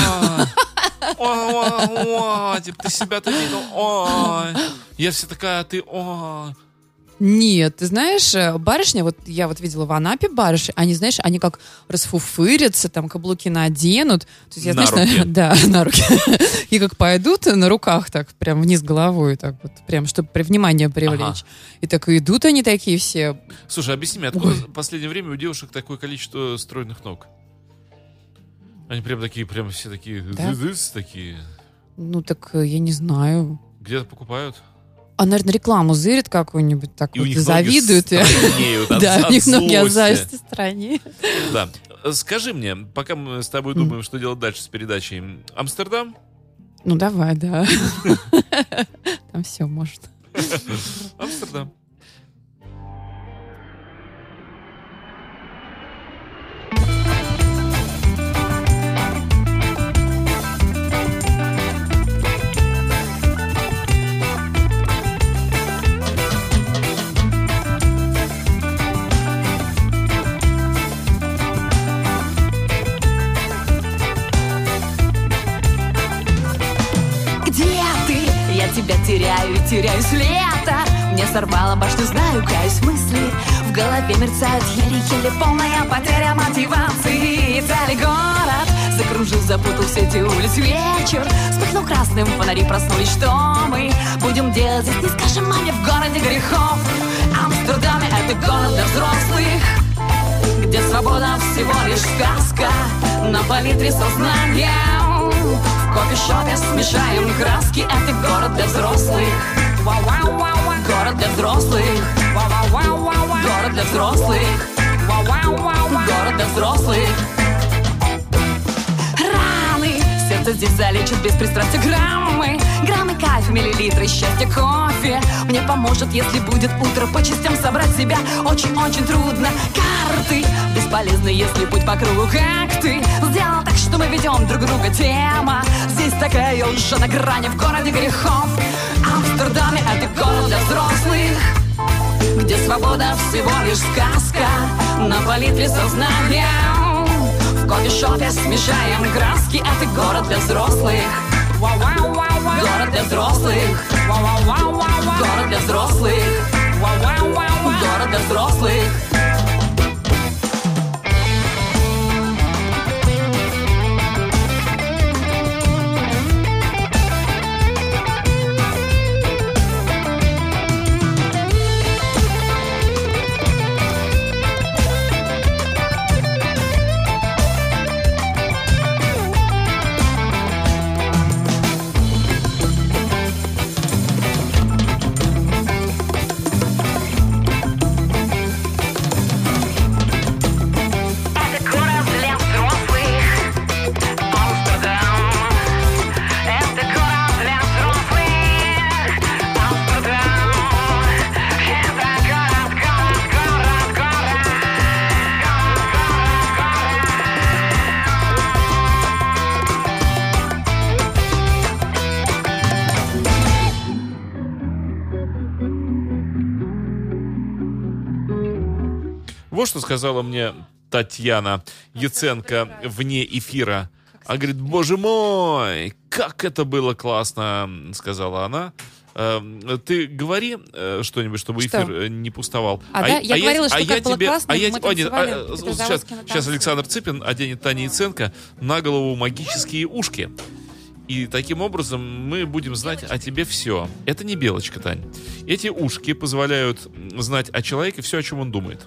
S2: о, о, типа, ты себя-то видел, ой, я вся такая, а ты, о.
S3: Нет, ты знаешь, э, барышня, вот я вот видела в Анапе барышни, они, знаешь, они как расфуфырятся, там каблуки наденут. То есть я,
S2: На
S3: знаешь,
S2: руке.
S3: Да, на руке. И как пойдут на руках так, прям вниз головой, так вот, прям, чтобы при внимание привлечь.
S2: Ага.
S3: И так идут они такие все.
S2: Слушай, объясни мне, откуда в последнее время у девушек такое количество стройных ног? Они прям такие, прям все такие,
S3: Да?
S2: «Зы-зыс», такие.
S3: Ну так, э, я не знаю.
S2: Где-то покупают.
S3: А, наверное, рекламу зырит какую-нибудь, так
S2: И у
S3: вот,
S2: них ноги
S3: завидуют. и-
S2: страннеют от-
S3: Да,
S2: от
S3: у них ноги от
S2: злости.
S3: зависти страннее.
S2: Да. Скажи мне, пока мы с тобой думаем, что делать дальше с передачей. Амстердам?
S3: Ну давай, да. Там все может.
S2: Амстердам.
S4: Где ты? Я тебя теряю и теряюсь лето Мне сорвало башню, знаю, каюсь мысли В голове мерцают еле-еле полная потеря мотивации И целый город закружил, запутал все эти улицы вечер Вспыхнул красным, фонари проснулись, что мы будем делать здесь? Не скажем маме в городе грехов Амстердаме это город для взрослых где свобода всего лишь сказка На палитре сознания В кофе-шопе смешаем краски Это город для взрослых Город для взрослых Город для взрослых Город для взрослых раны Сердце здесь залечит без пристрастия граммы Граммы кайфа, миллилитры счастья, кофе Мне поможет, если будет утро по частям собрать себя Очень-очень трудно Карты бесполезны, если путь по кругу, как ты Сделал так, что мы ведем друг друга тема Здесь такая уже на грани в городе грехов Амстердаме это город для взрослых где свобода всего лишь сказка На палитре сознания В кофе-шопе смешаем краски Это город для взрослых Город для взрослых Город для взрослых Город для взрослых
S5: Это город для взрослых, Амстердам. Это город для взрослых, Амстердам. Это город, город, город, город.
S2: Вот что сказала мне Татьяна Яценко вне эфира. Она говорит, боже мой, как это было классно, сказала она. Э, Ты говори э, что-нибудь, чтобы
S3: Что?
S2: эфир э, не пуставал.
S3: А, да? Я говорила, что как было
S2: тебе-
S3: классно,
S2: а я
S3: мы
S2: те- о, нет, а,
S3: танцевали
S2: э,
S3: Петрозаводские
S2: сейчас,
S3: на
S2: сейчас
S3: танце.
S2: Александр Цыпин оденет Тане Яценко на голову магические ушки. И таким образом мы будем знать о тебе все. Это не белочка, Тань. Эти ушки позволяют м, знать о человеке все, о чем он думает.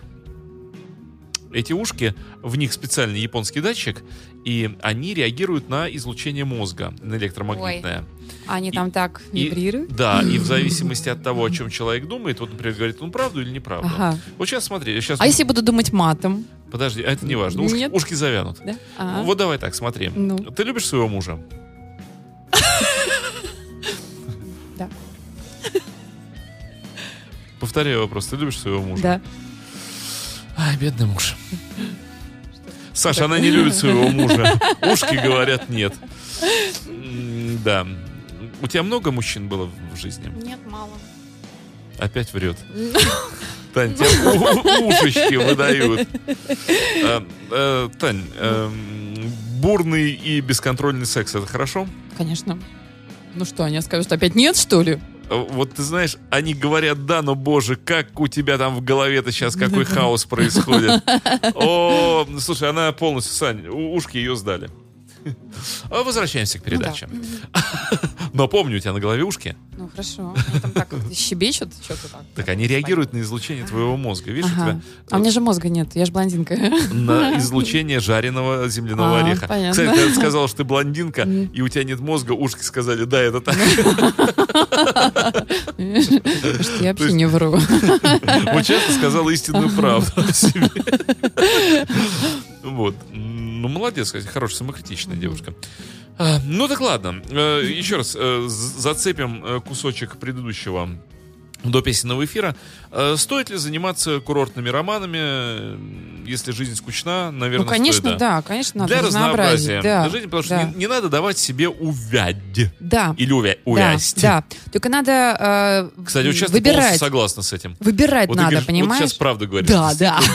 S2: Эти ушки, в них специальный японский датчик, и они реагируют на излучение мозга, на электромагнитное.
S3: Они
S2: И-
S3: там так
S2: И-
S3: вибрируют.
S2: Да, и в зависимости от того, о чем человек думает, вот, например, говорит, он правду или неправду.
S3: Ага.
S2: Вот сейчас смотри, сейчас...
S3: А если буду думать матом?
S2: Подожди, а это не важно, ушки,
S3: Нет.
S2: ушки завянут.
S3: Да? А.
S2: Вот давай так, смотри.
S3: Ну.
S2: Ты любишь своего мужа? повторяю вопрос. Ты любишь своего мужа?
S3: Да.
S2: Ай, А, бедный муж. Саша, она не любит своего мужа. Ушки говорят нет. М, Да. У тебя много мужчин было в в жизни?
S3: Нет, мало.
S2: Опять врет. Тань, тебе у- у- ушечки выдают. Э, э, Тань, эм, бурный и бесконтрольный секс, это хорошо?
S3: Конечно. Ну что, они скажут, опять нет, что ли?
S2: Э, Вот ты знаешь, они говорят, да, но боже, как у тебя там в голове-то сейчас какой хаос происходит. О, ну, слушай, она полностью, Сань, у- ушки ее сдали. А Возвращаемся к передаче. Но помню, у тебя на голове ушки.
S3: Ну хорошо. Они там так вот щебечут, что-то так.
S2: Так они реагируют на излучение твоего мозга. Видишь, у
S3: Ага.
S2: тебя э,
S3: А у меня же мозга нет, я же блондинка.
S2: на излучение жареного земляного
S3: А,
S2: ореха.
S3: понятно.
S2: Кстати, ты сказал, что ты блондинка, и у тебя нет мозга, ушки сказали, да, это так.
S3: Потому что я вообще не вру.
S2: Вот часто сказала истинную правду о себе. Вот. Ну, молодец, кстати, хорошая, самокритичная девушка. А, Ну так ладно. Э, Еще раз э, з- зацепим э, кусочек предыдущего до песенного эфира. Э, Стоит ли заниматься курортными романами, э, если жизнь скучна? Наверное,
S3: Ну, конечно,
S2: стоит,
S3: да, конечно, надо
S2: Для
S3: разнообразие.
S2: разнообразия.
S3: Да,
S2: Для жизни, потому что
S3: да.
S2: не, не надо давать себе увядь.
S3: Да,
S2: Или увя-
S3: да,
S2: увясть.
S3: да. Только надо э,
S2: Кстати, вот сейчас ты полностью
S3: выбирать.
S2: согласна с этим.
S3: Выбирать
S2: Вот ты
S3: надо,
S2: говоришь, вот
S3: понимаешь?
S2: сейчас правду говоришь.
S3: Да, да.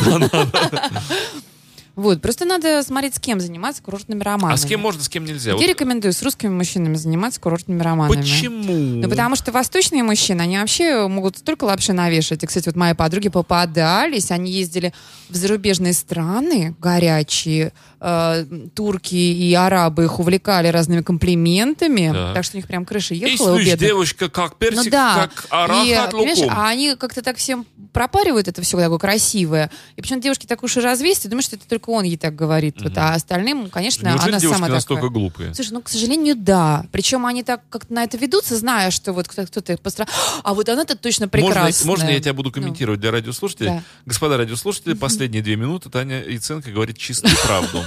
S3: Вот, просто надо смотреть, с кем заниматься курортными романами.
S2: А с кем можно, с кем нельзя?
S3: Я
S2: Вот
S3: рекомендую с русскими мужчинами заниматься курортными романами.
S2: Почему?
S3: Ну, потому что восточные мужчины, они вообще могут столько лапши навешать. И, кстати, вот мои подруги попадались, они ездили в зарубежные страны, горячие, э, турки и арабы их увлекали разными комплиментами,
S2: Так.
S3: так, что у них прям крыша ехала у
S2: Если
S3: бедных.
S2: девочка как
S3: Ну
S2: персик,
S3: да,
S2: как арах
S3: и,
S2: от
S3: понимаешь,
S2: луком.
S3: а они как-то так всем пропаривают это все такое красивое. И почему-то девушки так уж и развесят, думают, что это только он ей так говорит. Вот, а остальным, конечно,
S2: Неужели
S3: она
S2: девушки
S3: сама
S2: настолько
S3: такая.
S2: глупые?
S3: Слушай, ну, к сожалению, да. Причем они так как-то на это ведутся, зная, что вот кто- кто-то их постра... А вот она-то точно
S2: Можно,
S3: прекрасная.
S2: можно я тебя буду
S3: Ну,
S2: комментировать для радиослушателей?
S3: Да.
S2: Господа радиослушатели, последние две минуты Таня Яценко говорит чистую правду.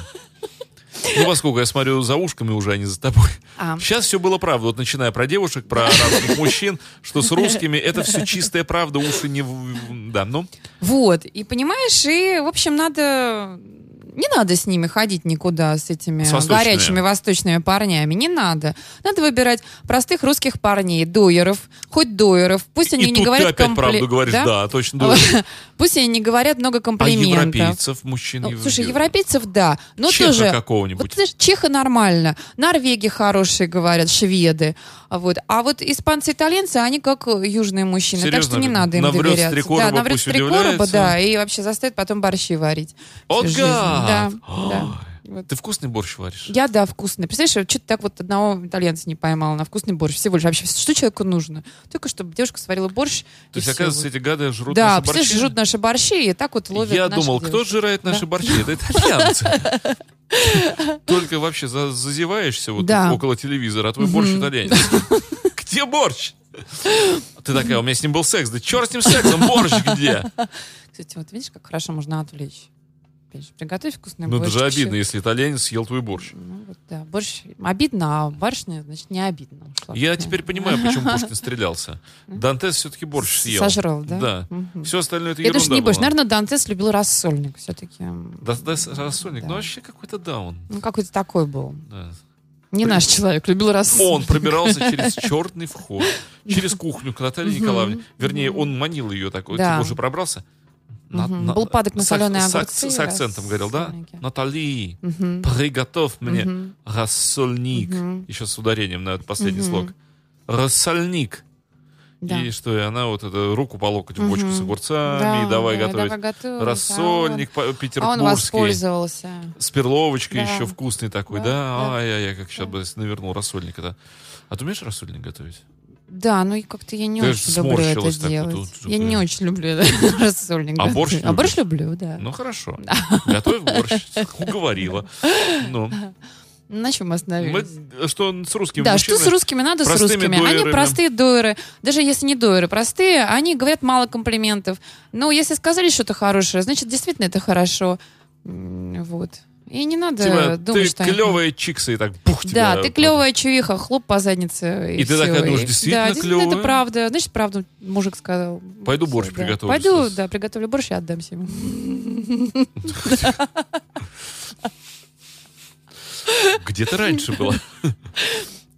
S2: Ну, поскольку я смотрю за ушками уже, а не за тобой.
S3: А.
S2: Сейчас все было правда. Вот начиная про девушек, про арабских мужчин, что с русскими, это все чистая правда, уши не... в- Да, ну...
S3: Вот. И понимаешь, и, в общем, надо... Не надо с ними ходить никуда, с этими
S2: С восточными.
S3: горячими восточными парнями. Не надо. Надо выбирать простых русских парней, доеров, хоть доеров. Пусть они
S2: И
S3: не
S2: тут ты
S3: говорят
S2: опять
S3: компли-
S2: правду говоришь, да, точно. да.
S3: Пусть они не говорят много
S2: А
S3: комплиментов.
S2: европейцев, мужчин...
S3: Ну,
S2: и-
S3: слушай, европейцев, да. Но
S2: Чеха
S3: тоже...
S2: какого-нибудь.
S3: Вот, знаешь, чеха нормально. Норвеги хорошие, говорят, шведы. А Вот. А вот испанцы, итальянцы, они как э, южные мужчины. Так
S2: Серьезно?
S3: что не надо им
S2: Наврет с
S3: доверять.
S2: три короба
S3: да, наврет
S2: пусть
S3: с три
S2: удивляется.
S3: короба, да. И вообще заставит потом борщи варить.
S2: О,
S3: всю жизнь. Да,
S2: гад!
S3: да. Вот.
S2: Ты вкусный борщ варишь?
S3: Я, да, вкусный. Представляешь, что-то так вот одного итальянца не поймала на вкусный борщ. Всего лишь вообще, что человеку нужно? Только чтобы девушка сварила борщ. и
S2: То есть,
S3: всё.
S2: оказывается, эти гады жрут
S3: да,
S2: наши
S3: представляешь,
S2: борщи?
S3: жрут наши борщи и так вот ловят
S2: Я
S3: наши
S2: думал, кто
S3: девушки.
S2: жирает наши
S3: Да.
S2: борщи? Это итальянцы. Только вообще за- зазеваешься вот
S3: Да.
S2: около телевизора, а твой борщ итальянец. Где борщ? Ты такая, у меня с ним был секс. Да черт с ним сексом, борщ где?
S3: Кстати, вот видишь, как хорошо можно отвлечь. Опять же, приготовь вкусный
S2: Ну,
S3: борщ.
S2: даже обидно, если итальянец съел твой борщ.
S3: Ну, вот, да, борщ обидно, а барышня, значит, не обидно. Ушла.
S2: Я
S3: Да.
S2: теперь понимаю, почему Пушкин стрелялся. Дантес все-таки борщ съел.
S3: Сожрал, да?
S2: Да.
S3: Мгм.
S2: Все остальное это
S3: Я думаю,
S2: ерунда
S3: что не борщ.
S2: была.
S3: Наверное, Дантес любил рассольник все-таки.
S2: Дантес рассольник.
S3: Да.
S2: Ну, вообще какой-то даун.
S3: Ну, какой-то такой был.
S2: Да.
S3: Не наш человек, любил
S2: Он
S3: рассольник.
S2: пробирался через черный вход, через кухню к Наталье Николаевне. Вернее, он манил ее такой.
S3: Да.
S2: Ты уже пробрался? На-
S3: Мгм.
S2: на-
S3: Был падок на
S2: с ак-
S3: соленые
S2: с ак-
S3: огурцы
S2: С
S3: и
S2: акцентом говорил, да?
S3: рассольники.
S2: Натали, приготовь мне рассольник. Еще с ударением на этот последний слог. Рассольник.
S3: Да.
S2: И что, и она вот эту руку по локоть в бочку с огурцами,
S3: Да,
S2: и давай
S3: да,
S2: готовить
S3: давай готовить, а
S2: рассольник по-
S3: А он
S2: петербургский.
S3: воспользовался.
S2: С перловочкой
S3: Да.
S2: еще вкусный такой, да?
S3: Да, да.
S2: Ай-яй-яй, как сейчас бы навернул рассольника-то. А ты умеешь рассольник готовить?
S3: Да, ну и как-то я не
S2: Ты
S3: очень
S2: же
S3: люблю это
S2: сморщилась так вот
S3: делать.
S2: тут, тут,
S3: Я не
S2: да.
S3: очень люблю это рассольник.
S2: А
S3: готовить.
S2: борщ
S3: А борщ
S2: любишь?
S3: люблю, да.
S2: Ну хорошо. Готовь борщ. Уговорила. Ну,
S3: На чем мы
S2: мы,
S3: остановились?
S2: что с русскими
S3: Да,
S2: мужчинами?
S3: что с русскими надо с
S2: простыми
S3: русскими.
S2: дуэрами.
S3: Они простые дуэры. Даже если не дуэры, простые, они говорят мало комплиментов. Но если сказали что-то хорошее, значит, действительно это хорошо. М, Вот. И не надо
S2: Типа,
S3: думать, что
S2: ты
S3: они-
S2: клевая чикса и так пух тебя.
S3: Да, ты клевая чувиха, хлоп по заднице.
S2: И ты
S3: всё.
S2: такая думаешь,
S3: И-
S2: действительно
S3: Да, это
S2: клёвая?
S3: правда. Значит, правду мужик сказал.
S2: Пойду
S3: Всё,
S2: борщ
S3: да.
S2: приготовлю
S3: Пойду,
S2: сейчас.
S3: да, приготовлю борщ и отдамся ему.
S2: Где-то раньше была.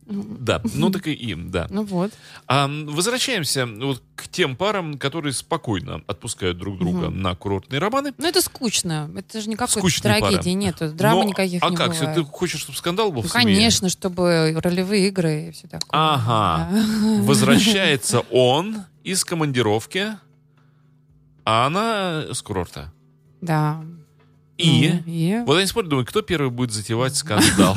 S2: Да, ну так и им, да.
S3: Ну вот.
S2: А, м, возвращаемся вот к тем парам, которые спокойно отпускают друг друга на курортные романы.
S3: Ну это скучно. Это же никакой
S2: Скучные пара.
S3: трагедии нету. Драмы
S2: Но-
S3: никаких
S2: а
S3: не
S2: как?
S3: бывает.
S2: Ты хочешь, чтобы скандал был
S3: Ну,
S2: в семье?
S3: конечно, чтобы ролевые игры и все такое.
S2: А, Ага. Возвращается он из командировки, а она с курорта.
S3: Да. Да.
S2: И
S3: Ну, и...
S2: Вот они спорят, думают, кто первый будет затевать скандал.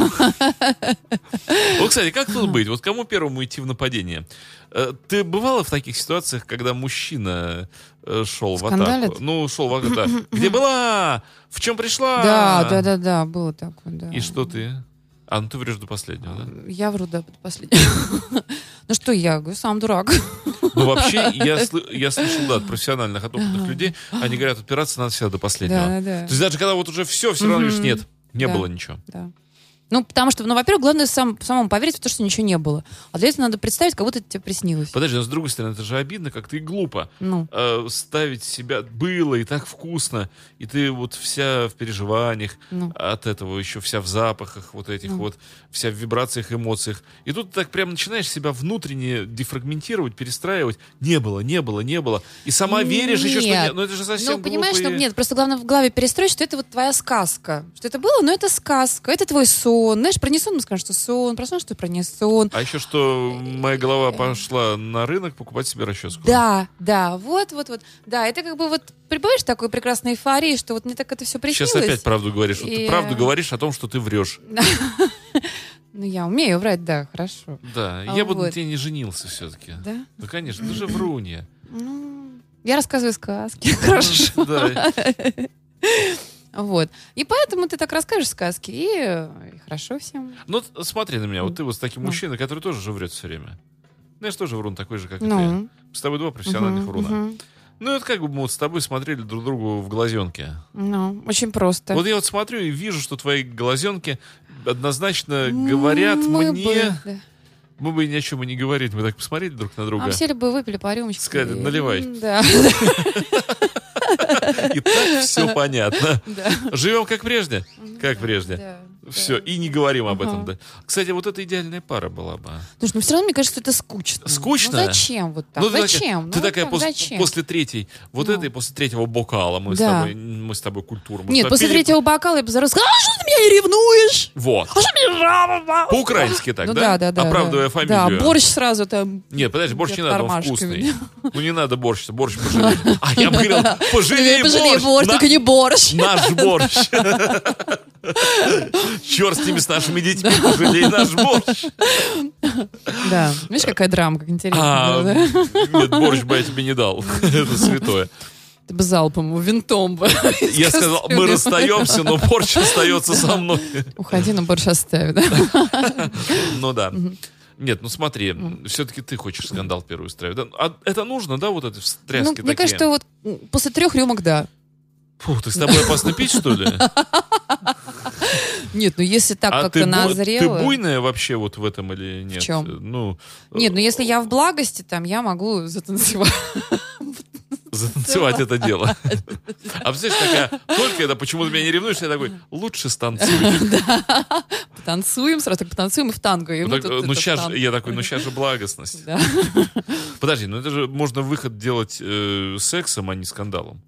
S2: Вот, кстати, как тут быть? Вот кому первому идти в нападение? Э, Ты бывала в таких ситуациях, когда мужчина э, шел в атаку?
S3: Скандалит?
S2: Ну, шел в атаку, да. Где была? В чем пришла?
S3: Да, да, да, да, было такое, да.
S2: И что ты? А, ну ты врешь до последнего, да?
S3: Я вру, да, под последнего. Ну что я, говорю, сам дурак.
S2: Ну, вообще, я, сл- я слышал, да, от профессиональных отопытных людей, они говорят, отпираться надо всегда до последнего.
S3: Да, да, да.
S2: То есть даже когда вот уже все, все равно лишь нет, не
S3: Да.
S2: было ничего.
S3: Да. Ну, потому что, ну, во-первых, главное сам, самому поверить в то, что ничего не было. А для этого надо представить, как будто это тебе приснилось.
S2: Подожди, но с другой стороны, это же обидно как-то и глупо.
S3: Ну,
S2: э, ставить себя было и так вкусно, и ты вот вся в переживаниях
S3: Ну.
S2: от этого, еще вся в запахах вот этих вот, вся в вибрациях, эмоциях. И тут ты так прям начинаешь себя внутренне дефрагментировать, перестраивать. Не было, не было, не было. И сама веришь еще, что
S3: Нет.
S2: нет. Ну это же совсем
S3: ну понимаешь,
S2: глупые-
S3: ну, нет, просто главное в голове перестроить, что это вот твоя сказка. Что это было, но это сказка, это твой сон. Знаешь, про не сон, мы скажем, что сон, про сон, что про не сон.
S2: А еще что моя голова пошла на рынок покупать себе расческу.
S3: Э, Да, да, вот, вот, вот. Да, это как бы вот прибываешь в такой прекрасной эйфории, что вот мне так это все приснилось.
S2: Сейчас опять правду говоришь. Вот Ты
S3: И,
S2: правду
S3: э,
S2: говоришь о том, что ты врешь.
S3: Ну, я умею врать, да, хорошо.
S2: Да,
S3: а
S2: я бы на
S3: вот.
S2: тебе не женился все-таки.
S3: Да?
S2: Да, конечно, ты же врунья.
S3: Ну, я рассказываю сказки, хорошо.
S2: Да.
S3: Вот. И поэтому ты так расскажешь сказки, и, э, и хорошо всем.
S2: Ну, т- смотри на меня, вот ты вот с таким
S3: Ну.
S2: мужчиной, который тоже же врет все время. Знаешь, тоже врун такой же, как и
S3: Ну,
S2: ты. С тобой два профессиональных
S3: мгм,
S2: вруна.
S3: мгм.
S2: Ну, это как бы мы вот с тобой смотрели друг другу в глазенки.
S3: ну, очень просто.
S2: Вот я вот смотрю и вижу, что твои глазенки однозначно э, говорят
S3: Ну, Мы
S2: мне...
S3: бы, да.
S2: Мы бы ни о чем и не говорили, мы так посмотрели друг на друга.
S3: А все ли бы выпили по рюмочке?
S2: Сказали,
S3: и-
S2: наливай.
S3: М, Да,
S2: И так все понятно.
S3: да.
S2: Живем как прежде. Как прежде.
S3: да, да.
S2: Все, и не говорим об этом.
S3: Ага.
S2: да. Кстати, вот это идеальная пара была бы.
S3: Слушай, ну все равно мне кажется, это скучно.
S2: Скучно?
S3: Ну зачем вот так?
S2: Ну, ты Такая,
S3: зачем?
S2: ты
S3: Ну,
S2: такая
S3: вот так,
S2: пос-
S3: зачем?
S2: после третьей, вот
S3: Ну.
S2: этой, после третьего бокала мы,
S3: Да.
S2: с, тобой, мы с тобой культуру. мы с
S3: Нет,
S2: тобой
S3: после
S2: пере-
S3: третьего бокала я бы сразу сказала, а что ты меня и ревнуешь?
S2: Вот.
S3: А что мне жалоба?
S2: По-украински так,
S3: ну,
S2: да?
S3: да, да, да.
S2: Оправдывая
S3: да.
S2: фамилию.
S3: Да, борщ сразу там.
S2: Нет, подожди, борщ не надо, он
S3: Кармашками.
S2: вкусный. Ну не надо борщ, борщ пожалей. А я бы говорил, пожалей
S3: Пожалей
S2: борщ.
S3: борщ,
S2: на-
S3: только не борщ.
S2: Наш борщ. Черт с ними, с нашими детьми, пожалей наш борщ.
S3: Да, видишь, какая драма, как
S2: А,
S3: интересно. было, да?
S2: Нет, борщ бы я тебе не дал. Это святое.
S3: Ты бы залпом, Типа винтом бы. из
S2: Я сказал, мы
S3: кастрюли.
S2: расстаемся, но борщ остается со мной.
S3: Уходи, но борщ оставит.
S2: Ну да. Нет, ну смотри, все-таки ты хочешь скандал первый устраивать. да? А это нужно, да, вот эти встряски
S3: Ну,
S2: такие?
S3: мне кажется, вот м, после трех рюмок, да.
S2: Фу, ты с тобой опасно пить, что ли?
S3: Нет, ну если так
S2: А ты,
S3: как-то
S2: бу-
S3: назрело...
S2: ты буйная вообще вот в этом или нет?
S3: чем?
S2: Ну,
S3: Нет, ну если я в благости, там я могу затанцевать.
S2: затанцевать это дело. А представляешь, такая, только это, почему ты меня не ревнуешь, я такой, лучше станцуй.
S3: Потанцуем сразу, так потанцуем и в танго. и
S2: Ну,
S3: мы
S2: так,
S3: тут
S2: ну,
S3: это
S2: щас же-
S3: танго.
S2: я такой, ну сейчас же благостность.
S3: Да.
S2: Подожди, ну это же можно выход делать э, сексом, а не скандалом.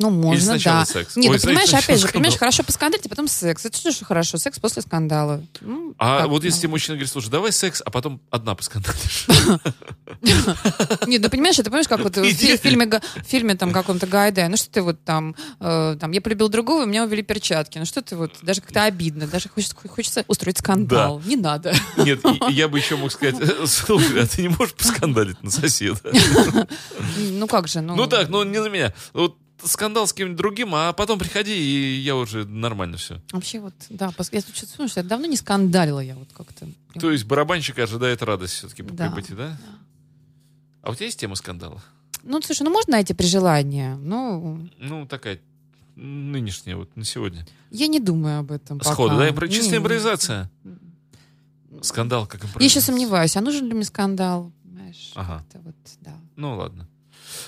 S3: Ну, можно,
S2: сначала
S3: да.
S2: секс.
S3: Нет,
S2: Ой,
S3: ну, понимаешь,
S2: сначала
S3: опять же,
S2: скандал.
S3: понимаешь, хорошо поскандалить, а потом секс. Это что же хорошо? Секс после скандала. Ну,
S2: А
S3: как,
S2: вот
S3: ну.
S2: если тебе мужчина говорит, слушай, давай секс, а потом одна поскандалишь.
S3: Нет, ну понимаешь, это понимаешь, как вот в
S2: Иди.
S3: фи- в фильме, Га- в фильме там каком-то Гайдая, ну что ты вот там, э, там, я полюбил другого, у меня увели перчатки, ну что ты вот, даже как-то обидно, даже хочется, хочется устроить скандал, не надо.
S2: Нет, и- и я бы еще мог сказать, слушай, а ты не можешь поскандалить на соседа?
S3: Ну как же, ну...
S2: Ну так, ну не на меня. Вот скандал с кем-нибудь другим, а потом приходи, и я уже нормально все.
S3: Вообще вот, да, пос- я тут что-то вспомнила, что я давно не скандалила я вот как-то.
S2: То есть барабанщик ожидает радость все-таки по
S3: Да.
S2: прибытии, да? А у тебя есть тема скандала?
S3: Ну, слушай, ну можно найти при желании, ну...
S2: Ну, такая нынешняя, вот на сегодня?
S3: Я не думаю об этом пока.
S2: Сходу, да? Про
S3: Не,
S2: чистая
S3: не.
S2: импровизация. Скандал, как
S3: Я еще
S2: импровизация.
S3: сомневаюсь, а нужен ли мне скандал? Понимаешь,
S2: Ага.
S3: как-то вот, да.
S2: Ну ладно.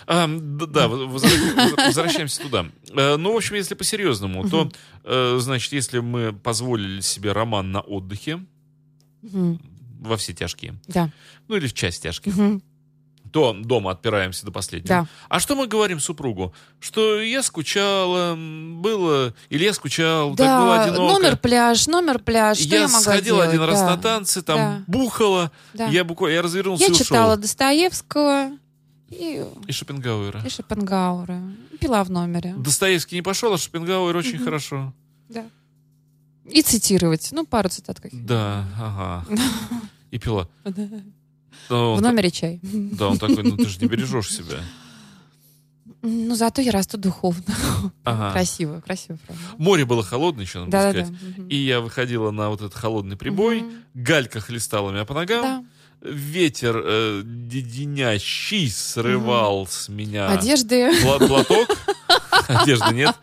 S2: А, д- да, в- возра- возвращаемся туда. Э, Ну, в общем, если по-серьезному, то, э, значит, если мы позволили себе роман на отдыхе
S3: Мгм.
S2: во все тяжкие,
S3: Да.
S2: ну или в часть тяжких,
S3: Мгм.
S2: то дома отпираемся до последнего.
S3: Да.
S2: А что мы говорим супругу? Что я скучала, м, было, или я скучал, Ну, так было
S3: Да,
S2: одиноко.
S3: номер пляж, номер пляж. Что я,
S2: я
S3: могла
S2: сходил один
S3: делать?
S2: раз
S3: Да,
S2: на танцы, там
S3: Да.
S2: бухала,
S3: да.
S2: я буквально я развернулся
S3: Я
S2: и ушел.
S3: читала Достоевского и,
S2: И Шопенгауэра.
S3: и Шопенгауэра. Пила в номере.
S2: Достоевский не пошел, а Шопенгауэр очень хорошо.
S3: Да. И цитировать. Ну, пару цитат каких-нибудь.
S2: Да, ага. И пила.
S3: Да.
S2: Да он,
S3: В
S2: та-
S3: номере чай.
S2: да, он такой, ну ты же не бережешь себя.
S3: Ну, зато я расту духовно.
S2: Ага.
S3: Красиво, красиво. правда.
S2: Море А. было холодное еще, надо
S3: Да, да,
S2: сказать.
S3: да. Мгм.
S2: И я выходила на вот этот холодный прибой,
S3: Мгм.
S2: галька хлестала меня по ногам,
S3: Да.
S2: ветер э, леденящий срывал с меня
S3: Одежды.
S2: пла- платок, одежды нет.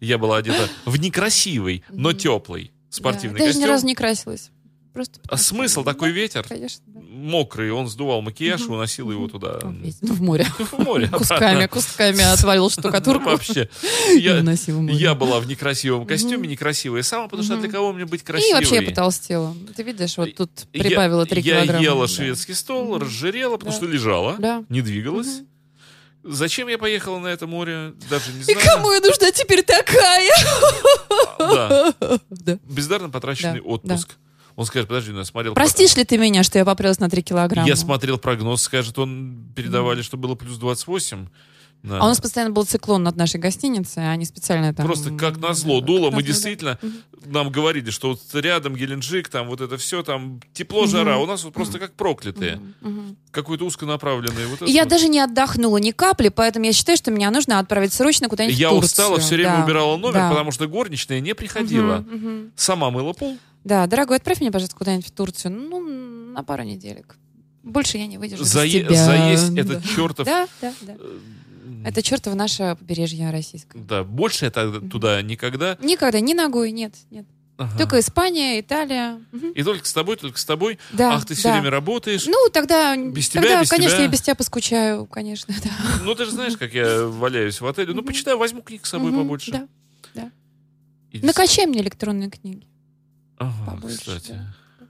S2: Я была одета в некрасивый, но теплый спортивный
S3: Да, Я же ни
S2: костюм.
S3: разу не красилась. Просто
S2: А
S3: потому что-
S2: смысл такой ветер?
S3: Конечно, да.
S2: Мокрый, он сдувал макияж и уносил его туда.
S3: Ведь, ну, в море.
S2: В море.
S3: Кусками, кусками отвалил
S2: Ну,
S3: штукатурку.
S2: Вообще.
S3: и
S2: Я,
S3: уносил в море.
S2: я была в некрасивом костюме, некрасивая сама, потому что
S3: Мгм.
S2: для кого мне быть красивой?
S3: И вообще я потолстела. Ты видишь, вот тут
S2: Я-
S3: прибавила 3
S2: я
S3: килограмма.
S2: ела
S3: Да.
S2: шведский стол,
S3: Мгм.
S2: разжирела, потому
S3: Да.
S2: что лежала,
S3: Да.
S2: не двигалась. Зачем я поехала на это море, даже не
S3: И
S2: знаю. А,
S3: кому я нужна теперь такая?
S2: Да.
S3: Да.
S2: Бездарно потраченный
S3: Да,
S2: отпуск. Он скажет, подожди, ну я смотрел...
S3: Простишь ли ты меня, что я попрелась на 3 килограмма?
S2: Я смотрел прогноз, скажет, он передавали, что было плюс 28. Да.
S3: А у нас постоянно был циклон над нашей гостиницей, а они специально там...
S2: Просто как назло
S3: Да,
S2: дуло,
S3: как
S2: мы
S3: назло,
S2: действительно нам говорили, что вот рядом Геленджик, там вот это все, там тепло, жара, у нас вот просто как проклятые,
S3: да. Мгм.
S2: какой-то узконаправленный. Вот это
S3: И я
S2: вот.
S3: даже не отдохнула ни капли, поэтому я считаю, что меня нужно отправить срочно куда-нибудь
S2: я
S3: в Турцию.
S2: устала, все время
S3: Да,
S2: убирала номер,
S3: да.
S2: потому что горничная не приходила,
S3: Мгм, мгм.
S2: сама мыла пол,
S3: Да, дорогой, отправь меня, пожалуйста, куда-нибудь в Турцию. Ну, на пару неделек. Больше я не выдержу без
S2: зае-
S3: тебя.
S2: заесть
S3: Да.
S2: этот чертов.
S3: Да, да, да.
S2: э,
S3: Это чертово наше побережье российское.
S2: Да, больше я тогда туда никогда.
S3: Никогда, ни ногой, нет, нет.
S2: Ага.
S3: Только Испания, Италия. Мгм.
S2: И только с тобой, только с тобой.
S3: Да,
S2: Ах, ты все
S3: да.
S2: время работаешь.
S3: Ну, тогда,
S2: Без тебя,
S3: тогда
S2: без
S3: конечно,
S2: тебя.
S3: я без тебя поскучаю, конечно, да.
S2: Ну, ты же знаешь, как я валяюсь в отеле. Ну, почитай, возьму книг с собой
S3: Мгм,
S2: побольше.
S3: да.
S2: Иди с-
S3: Накачай мне электронные книги.
S2: Ага,
S3: побольше,
S2: кстати.
S3: да.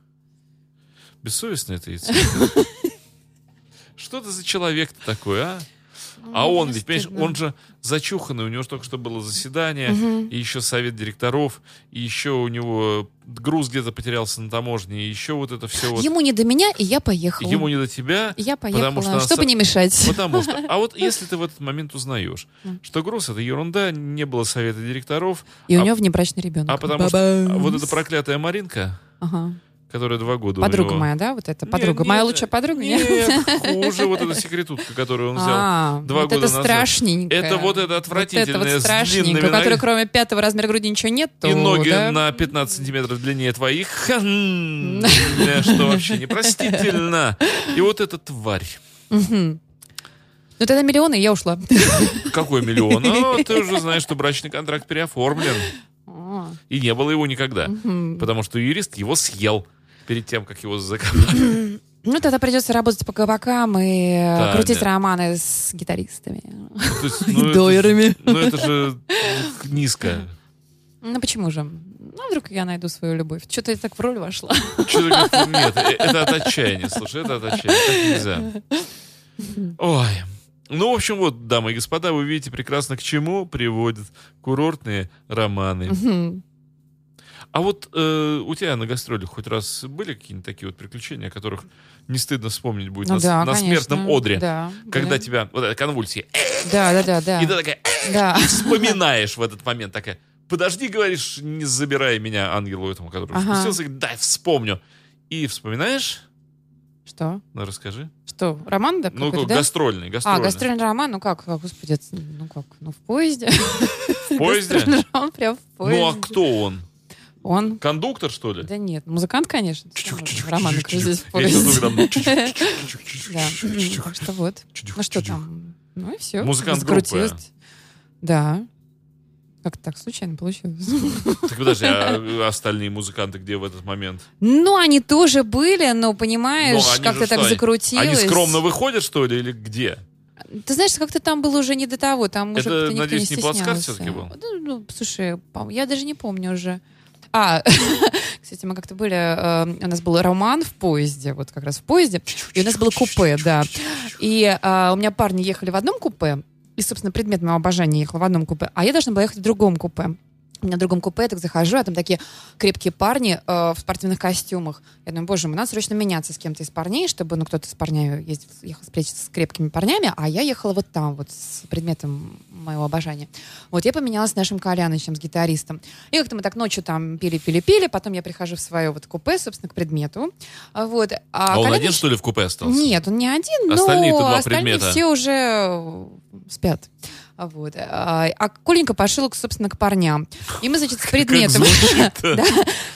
S2: Бессовестное это яйцо. Что ты за человек ты такой, а? А
S3: Ну,
S2: он ведь, понимаешь, он же зачуханный, у него же только что было заседание,
S3: Мгм.
S2: и еще совет директоров, и еще у него груз где-то потерялся на таможне, и еще вот это все вот.
S3: Ему не до меня, и я поехала.
S2: Ему не до тебя,
S3: И Я поехала,
S2: потому что она
S3: чтобы
S2: со-
S3: не мешать.
S2: Потому что, а вот если ты в этот момент узнаешь, что груз это ерунда, не было совета директоров,
S3: И
S2: а-
S3: у него внебрачный ребенок.
S2: а потому что а вот эта проклятая Маринка,
S3: Ага.
S2: которая два года у
S3: Подруга
S2: него-
S3: моя, да, вот эта подруга?
S2: Нет,
S3: моя
S2: нет,
S3: лучшая подруга?
S2: Нет, хуже вот эта секретутка, которую он взял.
S3: А,
S2: два
S3: вот
S2: года
S3: это
S2: назад.
S3: страшненько.
S2: Это вот это
S3: это
S2: отвратительное,
S3: вот
S2: с
S3: страшненько,
S2: длинными
S3: у которой
S2: ногами.
S3: кроме пятого размера груди ничего нет.
S2: И
S3: то,
S2: ноги
S3: да?
S2: на 15 сантиметров длиннее твоих. Хм, Что вообще непростительно. И вот эта тварь.
S3: Ну тогда миллионы, и я ушла.
S2: Какой миллион? А, ты уже знаешь, что брачный контракт переоформлен.
S3: А,
S2: И не было его никогда.
S3: мгм.
S2: Потому что юрист его съел перед тем, как его закопали.
S3: Ну тогда придется работать по кабакам и э,
S2: Да,
S3: крутить
S2: да.
S3: романы с гитаристами.
S2: То есть, ну, это ж-
S3: Доерами.
S2: Ну это же низко.
S3: Ну почему же? Ну вдруг я найду свою любовь. Что-то я так в роль вошла.
S2: Чё ты как- Нет, э, это от отчаяния, слушай, это от отчаяния. Так нельзя. Ой. Ну, в общем, вот, дамы и господа, вы видите прекрасно, к чему приводят курортные романы.
S3: Мгм.
S2: А вот э, у тебя на гастролях хоть раз были какие-нибудь такие вот приключения, о которых не стыдно вспомнить будет
S3: Ну
S2: на, с-
S3: да,
S2: на
S3: конечно.
S2: смертном одре?
S3: Да,
S2: Когда
S3: блин.
S2: тебя... Вот эта конвульсия. э,
S3: Да, да, да, да.
S2: И ты такая... э,
S3: Да.
S2: Вспоминаешь в этот момент такая... Подожди, говоришь, не забирай меня ангелу этому, который
S3: Ага.
S2: спустился. и говорит, Да, вспомню. И вспоминаешь...
S3: Что?
S2: Ну, расскажи.
S3: Что, роман, да?
S2: Ну,
S3: какой-то,
S2: как
S3: да?
S2: гастрольный,
S3: А,
S2: гастрольный.
S3: гастрольный роман, ну как, как, господи, это, ну как, ну в поезде.
S2: В поезде?
S3: Гастрольный роман прям в поезде.
S2: Ну, а кто он?
S3: Он,
S2: Кондуктор, что ли?
S3: да нет, музыкант, конечно.
S2: Чух-чух-чух-чух-чух.
S3: Роман как здесь в
S2: Я сейчас
S3: поезде.
S2: думаю, там
S3: Да, ну,
S2: чух-чух-чух-чух-чух-чух-чух-чух.
S3: так что вот.
S2: Чудюх,
S3: Ну что
S2: чудюх.
S3: там? Ну и все.
S2: Музыкант группы.
S3: Да. Как-то так случайно получилось.
S2: Так подожди, а остальные музыканты где в этот момент?
S3: Ну, они тоже были, но,
S2: Ну,
S3: понимаешь,
S2: они
S3: как-то
S2: же
S3: так
S2: что, они-
S3: закрутилось.
S2: Они скромно выходят, что ли, или где?
S3: Ты знаешь, как-то там было уже не до того, там уже
S2: Это,
S3: как-то никто
S2: надеюсь,
S3: не
S2: не плацкарт
S3: стеснялся.
S2: всё-таки был?
S3: Ну, ну, слушай, пом- я даже не помню уже. А, кстати, мы как-то были, э, у нас был роман в поезде, вот как раз в поезде, и у нас было купе, да. И а, у меня парни ехали в одном купе, и, собственно, предмет моего обожания ехал в одном купе, а я должна была ехать в другом купе. У меня в другом купе я так захожу, а там такие крепкие парни э, в спортивных костюмах. Я думаю, боже мой, надо срочно меняться с кем-то из парней, чтобы, ну, кто-то из парней ездил, ехал встречаться с крепкими парнями, а я ехала вот там, вот с предметом моего обожания. Вот я поменялась с нашим Колянычем, с гитаристом. И как-то мы так ночью там пили-пили-пили, потом я прихожу в свое вот купе, собственно, к предмету. А Вот. А,
S2: А он
S3: Коляныч-
S2: один, что ли, в купе остался?
S3: нет, он не один, но
S2: Остальные-то два
S3: остальные
S2: предмета.
S3: все уже э, спят. А Вот. А а Коленька пошел, собственно, к парням. И мы, значит, с предметом...
S2: звучит-то.
S3: Да.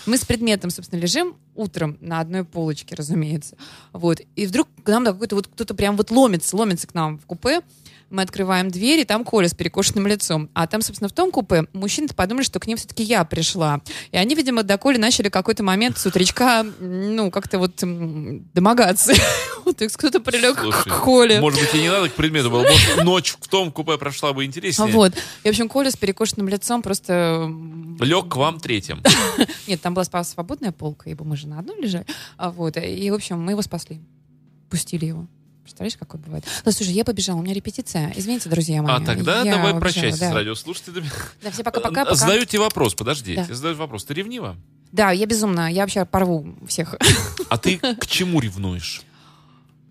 S3: Мы с предметом, собственно, лежим утром на одной полочке, разумеется. Вот. И вдруг к нам какой-то вот кто-то прям вот ломится, ломится к нам в купе. Мы открываем дверь, и там Коля с перекошенным лицом. А там, собственно, в том купе мужчины-то подумали, что к ним все-таки я пришла. И они, видимо, до Коли начали какой-то момент с утречка, м, ну, как-то вот м, домогаться. Вот то есть кто-то прилег к
S2: Слушай,
S3: к Коле.
S2: Может быть, и не надо к предмету было. Может, ночь в том купе прошла бы интереснее.
S3: Вот. И, в общем, Коля с перекошенным лицом просто... м,
S2: Лег к вам третьим.
S3: Нет, там была спа- свободная полка, ибо мы же на одной лежали. А вот, и, в общем, мы его спасли. Пустили его. Представляешь, какой бывает? Да, слушай, я побежала, у меня репетиция. Извините, друзья мои.
S2: А тогда
S3: я
S2: давай
S3: убежала,
S2: прощайся
S3: да.
S2: с Э, радиослушателями.
S3: Да, все пока-пока. пока.
S2: Задаю тебе вопрос, подожди.
S3: Да.
S2: Я задаю вопрос. Ты ревнива?
S3: Да, я безумно, я вообще порву всех.
S2: А ты к чему ревнуешь?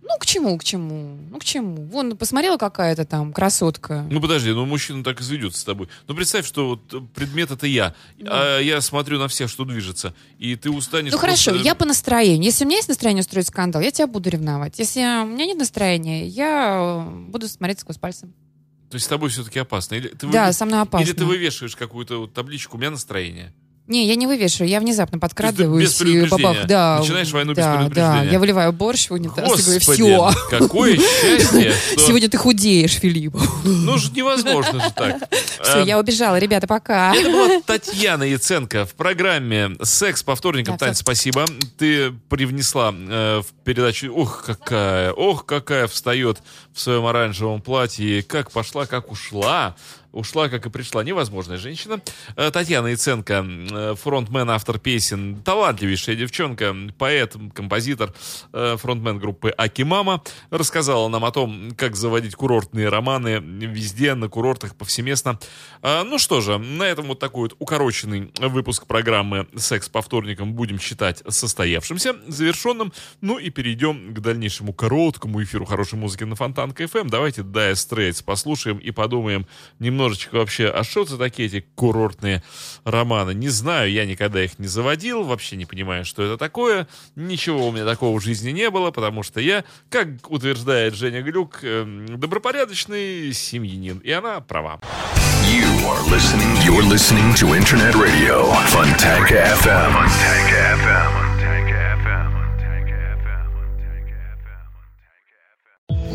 S3: Ну, к чему, к чему? Ну, к чему? Вон, посмотрела какая-то там красотка.
S2: Ну подожди, ну мужчина так изведется с тобой. Ну представь, что вот э, предмет это я. А я смотрю на всех, что движется. И ты устанешь.
S3: Ну хорошо,
S2: просто-
S3: я по настроению. Если у меня есть настроение устроить скандал, я тебя буду ревновать. Если у меня нет настроения, я э, буду смотреть сквозь пальцы.
S2: То есть с тобой все-таки опасно. Или ты, вы-
S3: Да, со мной опасно.
S2: Или ты вывешиваешь какую-то вот табличку, у меня настроение.
S3: Не, я не вывешиваю, я внезапно подкрадываюсь.
S2: без предупреждения.
S3: и бабах, да,
S2: Начинаешь войну без
S3: да,
S2: предупреждения.
S3: Да, я выливаю борщ в унитаз и говорю,
S2: Господи,
S3: все,
S2: какое счастье, что...
S3: сегодня ты худеешь, Филипп.
S2: Ну же невозможно же так.
S3: Все,
S2: Э,
S3: я убежала, ребята, пока.
S2: Это была Татьяна Яценко в программе «Секс по вторникам».
S3: Да,
S2: Тань,
S3: всё.
S2: спасибо. Ты привнесла э, в передачу... Ох, какая, ох, какая встает в своем оранжевом платье. Как пошла, как ушла. Ушла, как и пришла. Невозможная женщина. Э, Татьяна Яценко, э, фронтмен, автор песен. Талантливейшая девчонка, поэт, композитор, э, фронтмен группы «Акимама». Рассказала нам о том, как заводить курортные романы везде, на курортах, повсеместно. А, Ну что же, на этом вот такой вот укороченный выпуск программы «Секс по вторникам» будем считать состоявшимся, завершенным. Ну и перейдем к дальнейшему короткому эфиру хорошей музыки на Фонтан КФМ. Давайте Dire Straits послушаем и подумаем немножечко вообще, а что это такие эти курортные романы? Не знаю, я никогда их не заводил, вообще не понимаю, что это такое. Ничего у меня такого в жизни не было, потому что я, как утверждает Женя Глюк, эм, добропорядочный семьянин. И она права.
S1: You are listening. You're listening to Internet Radio Funtech FM. Funtech FM.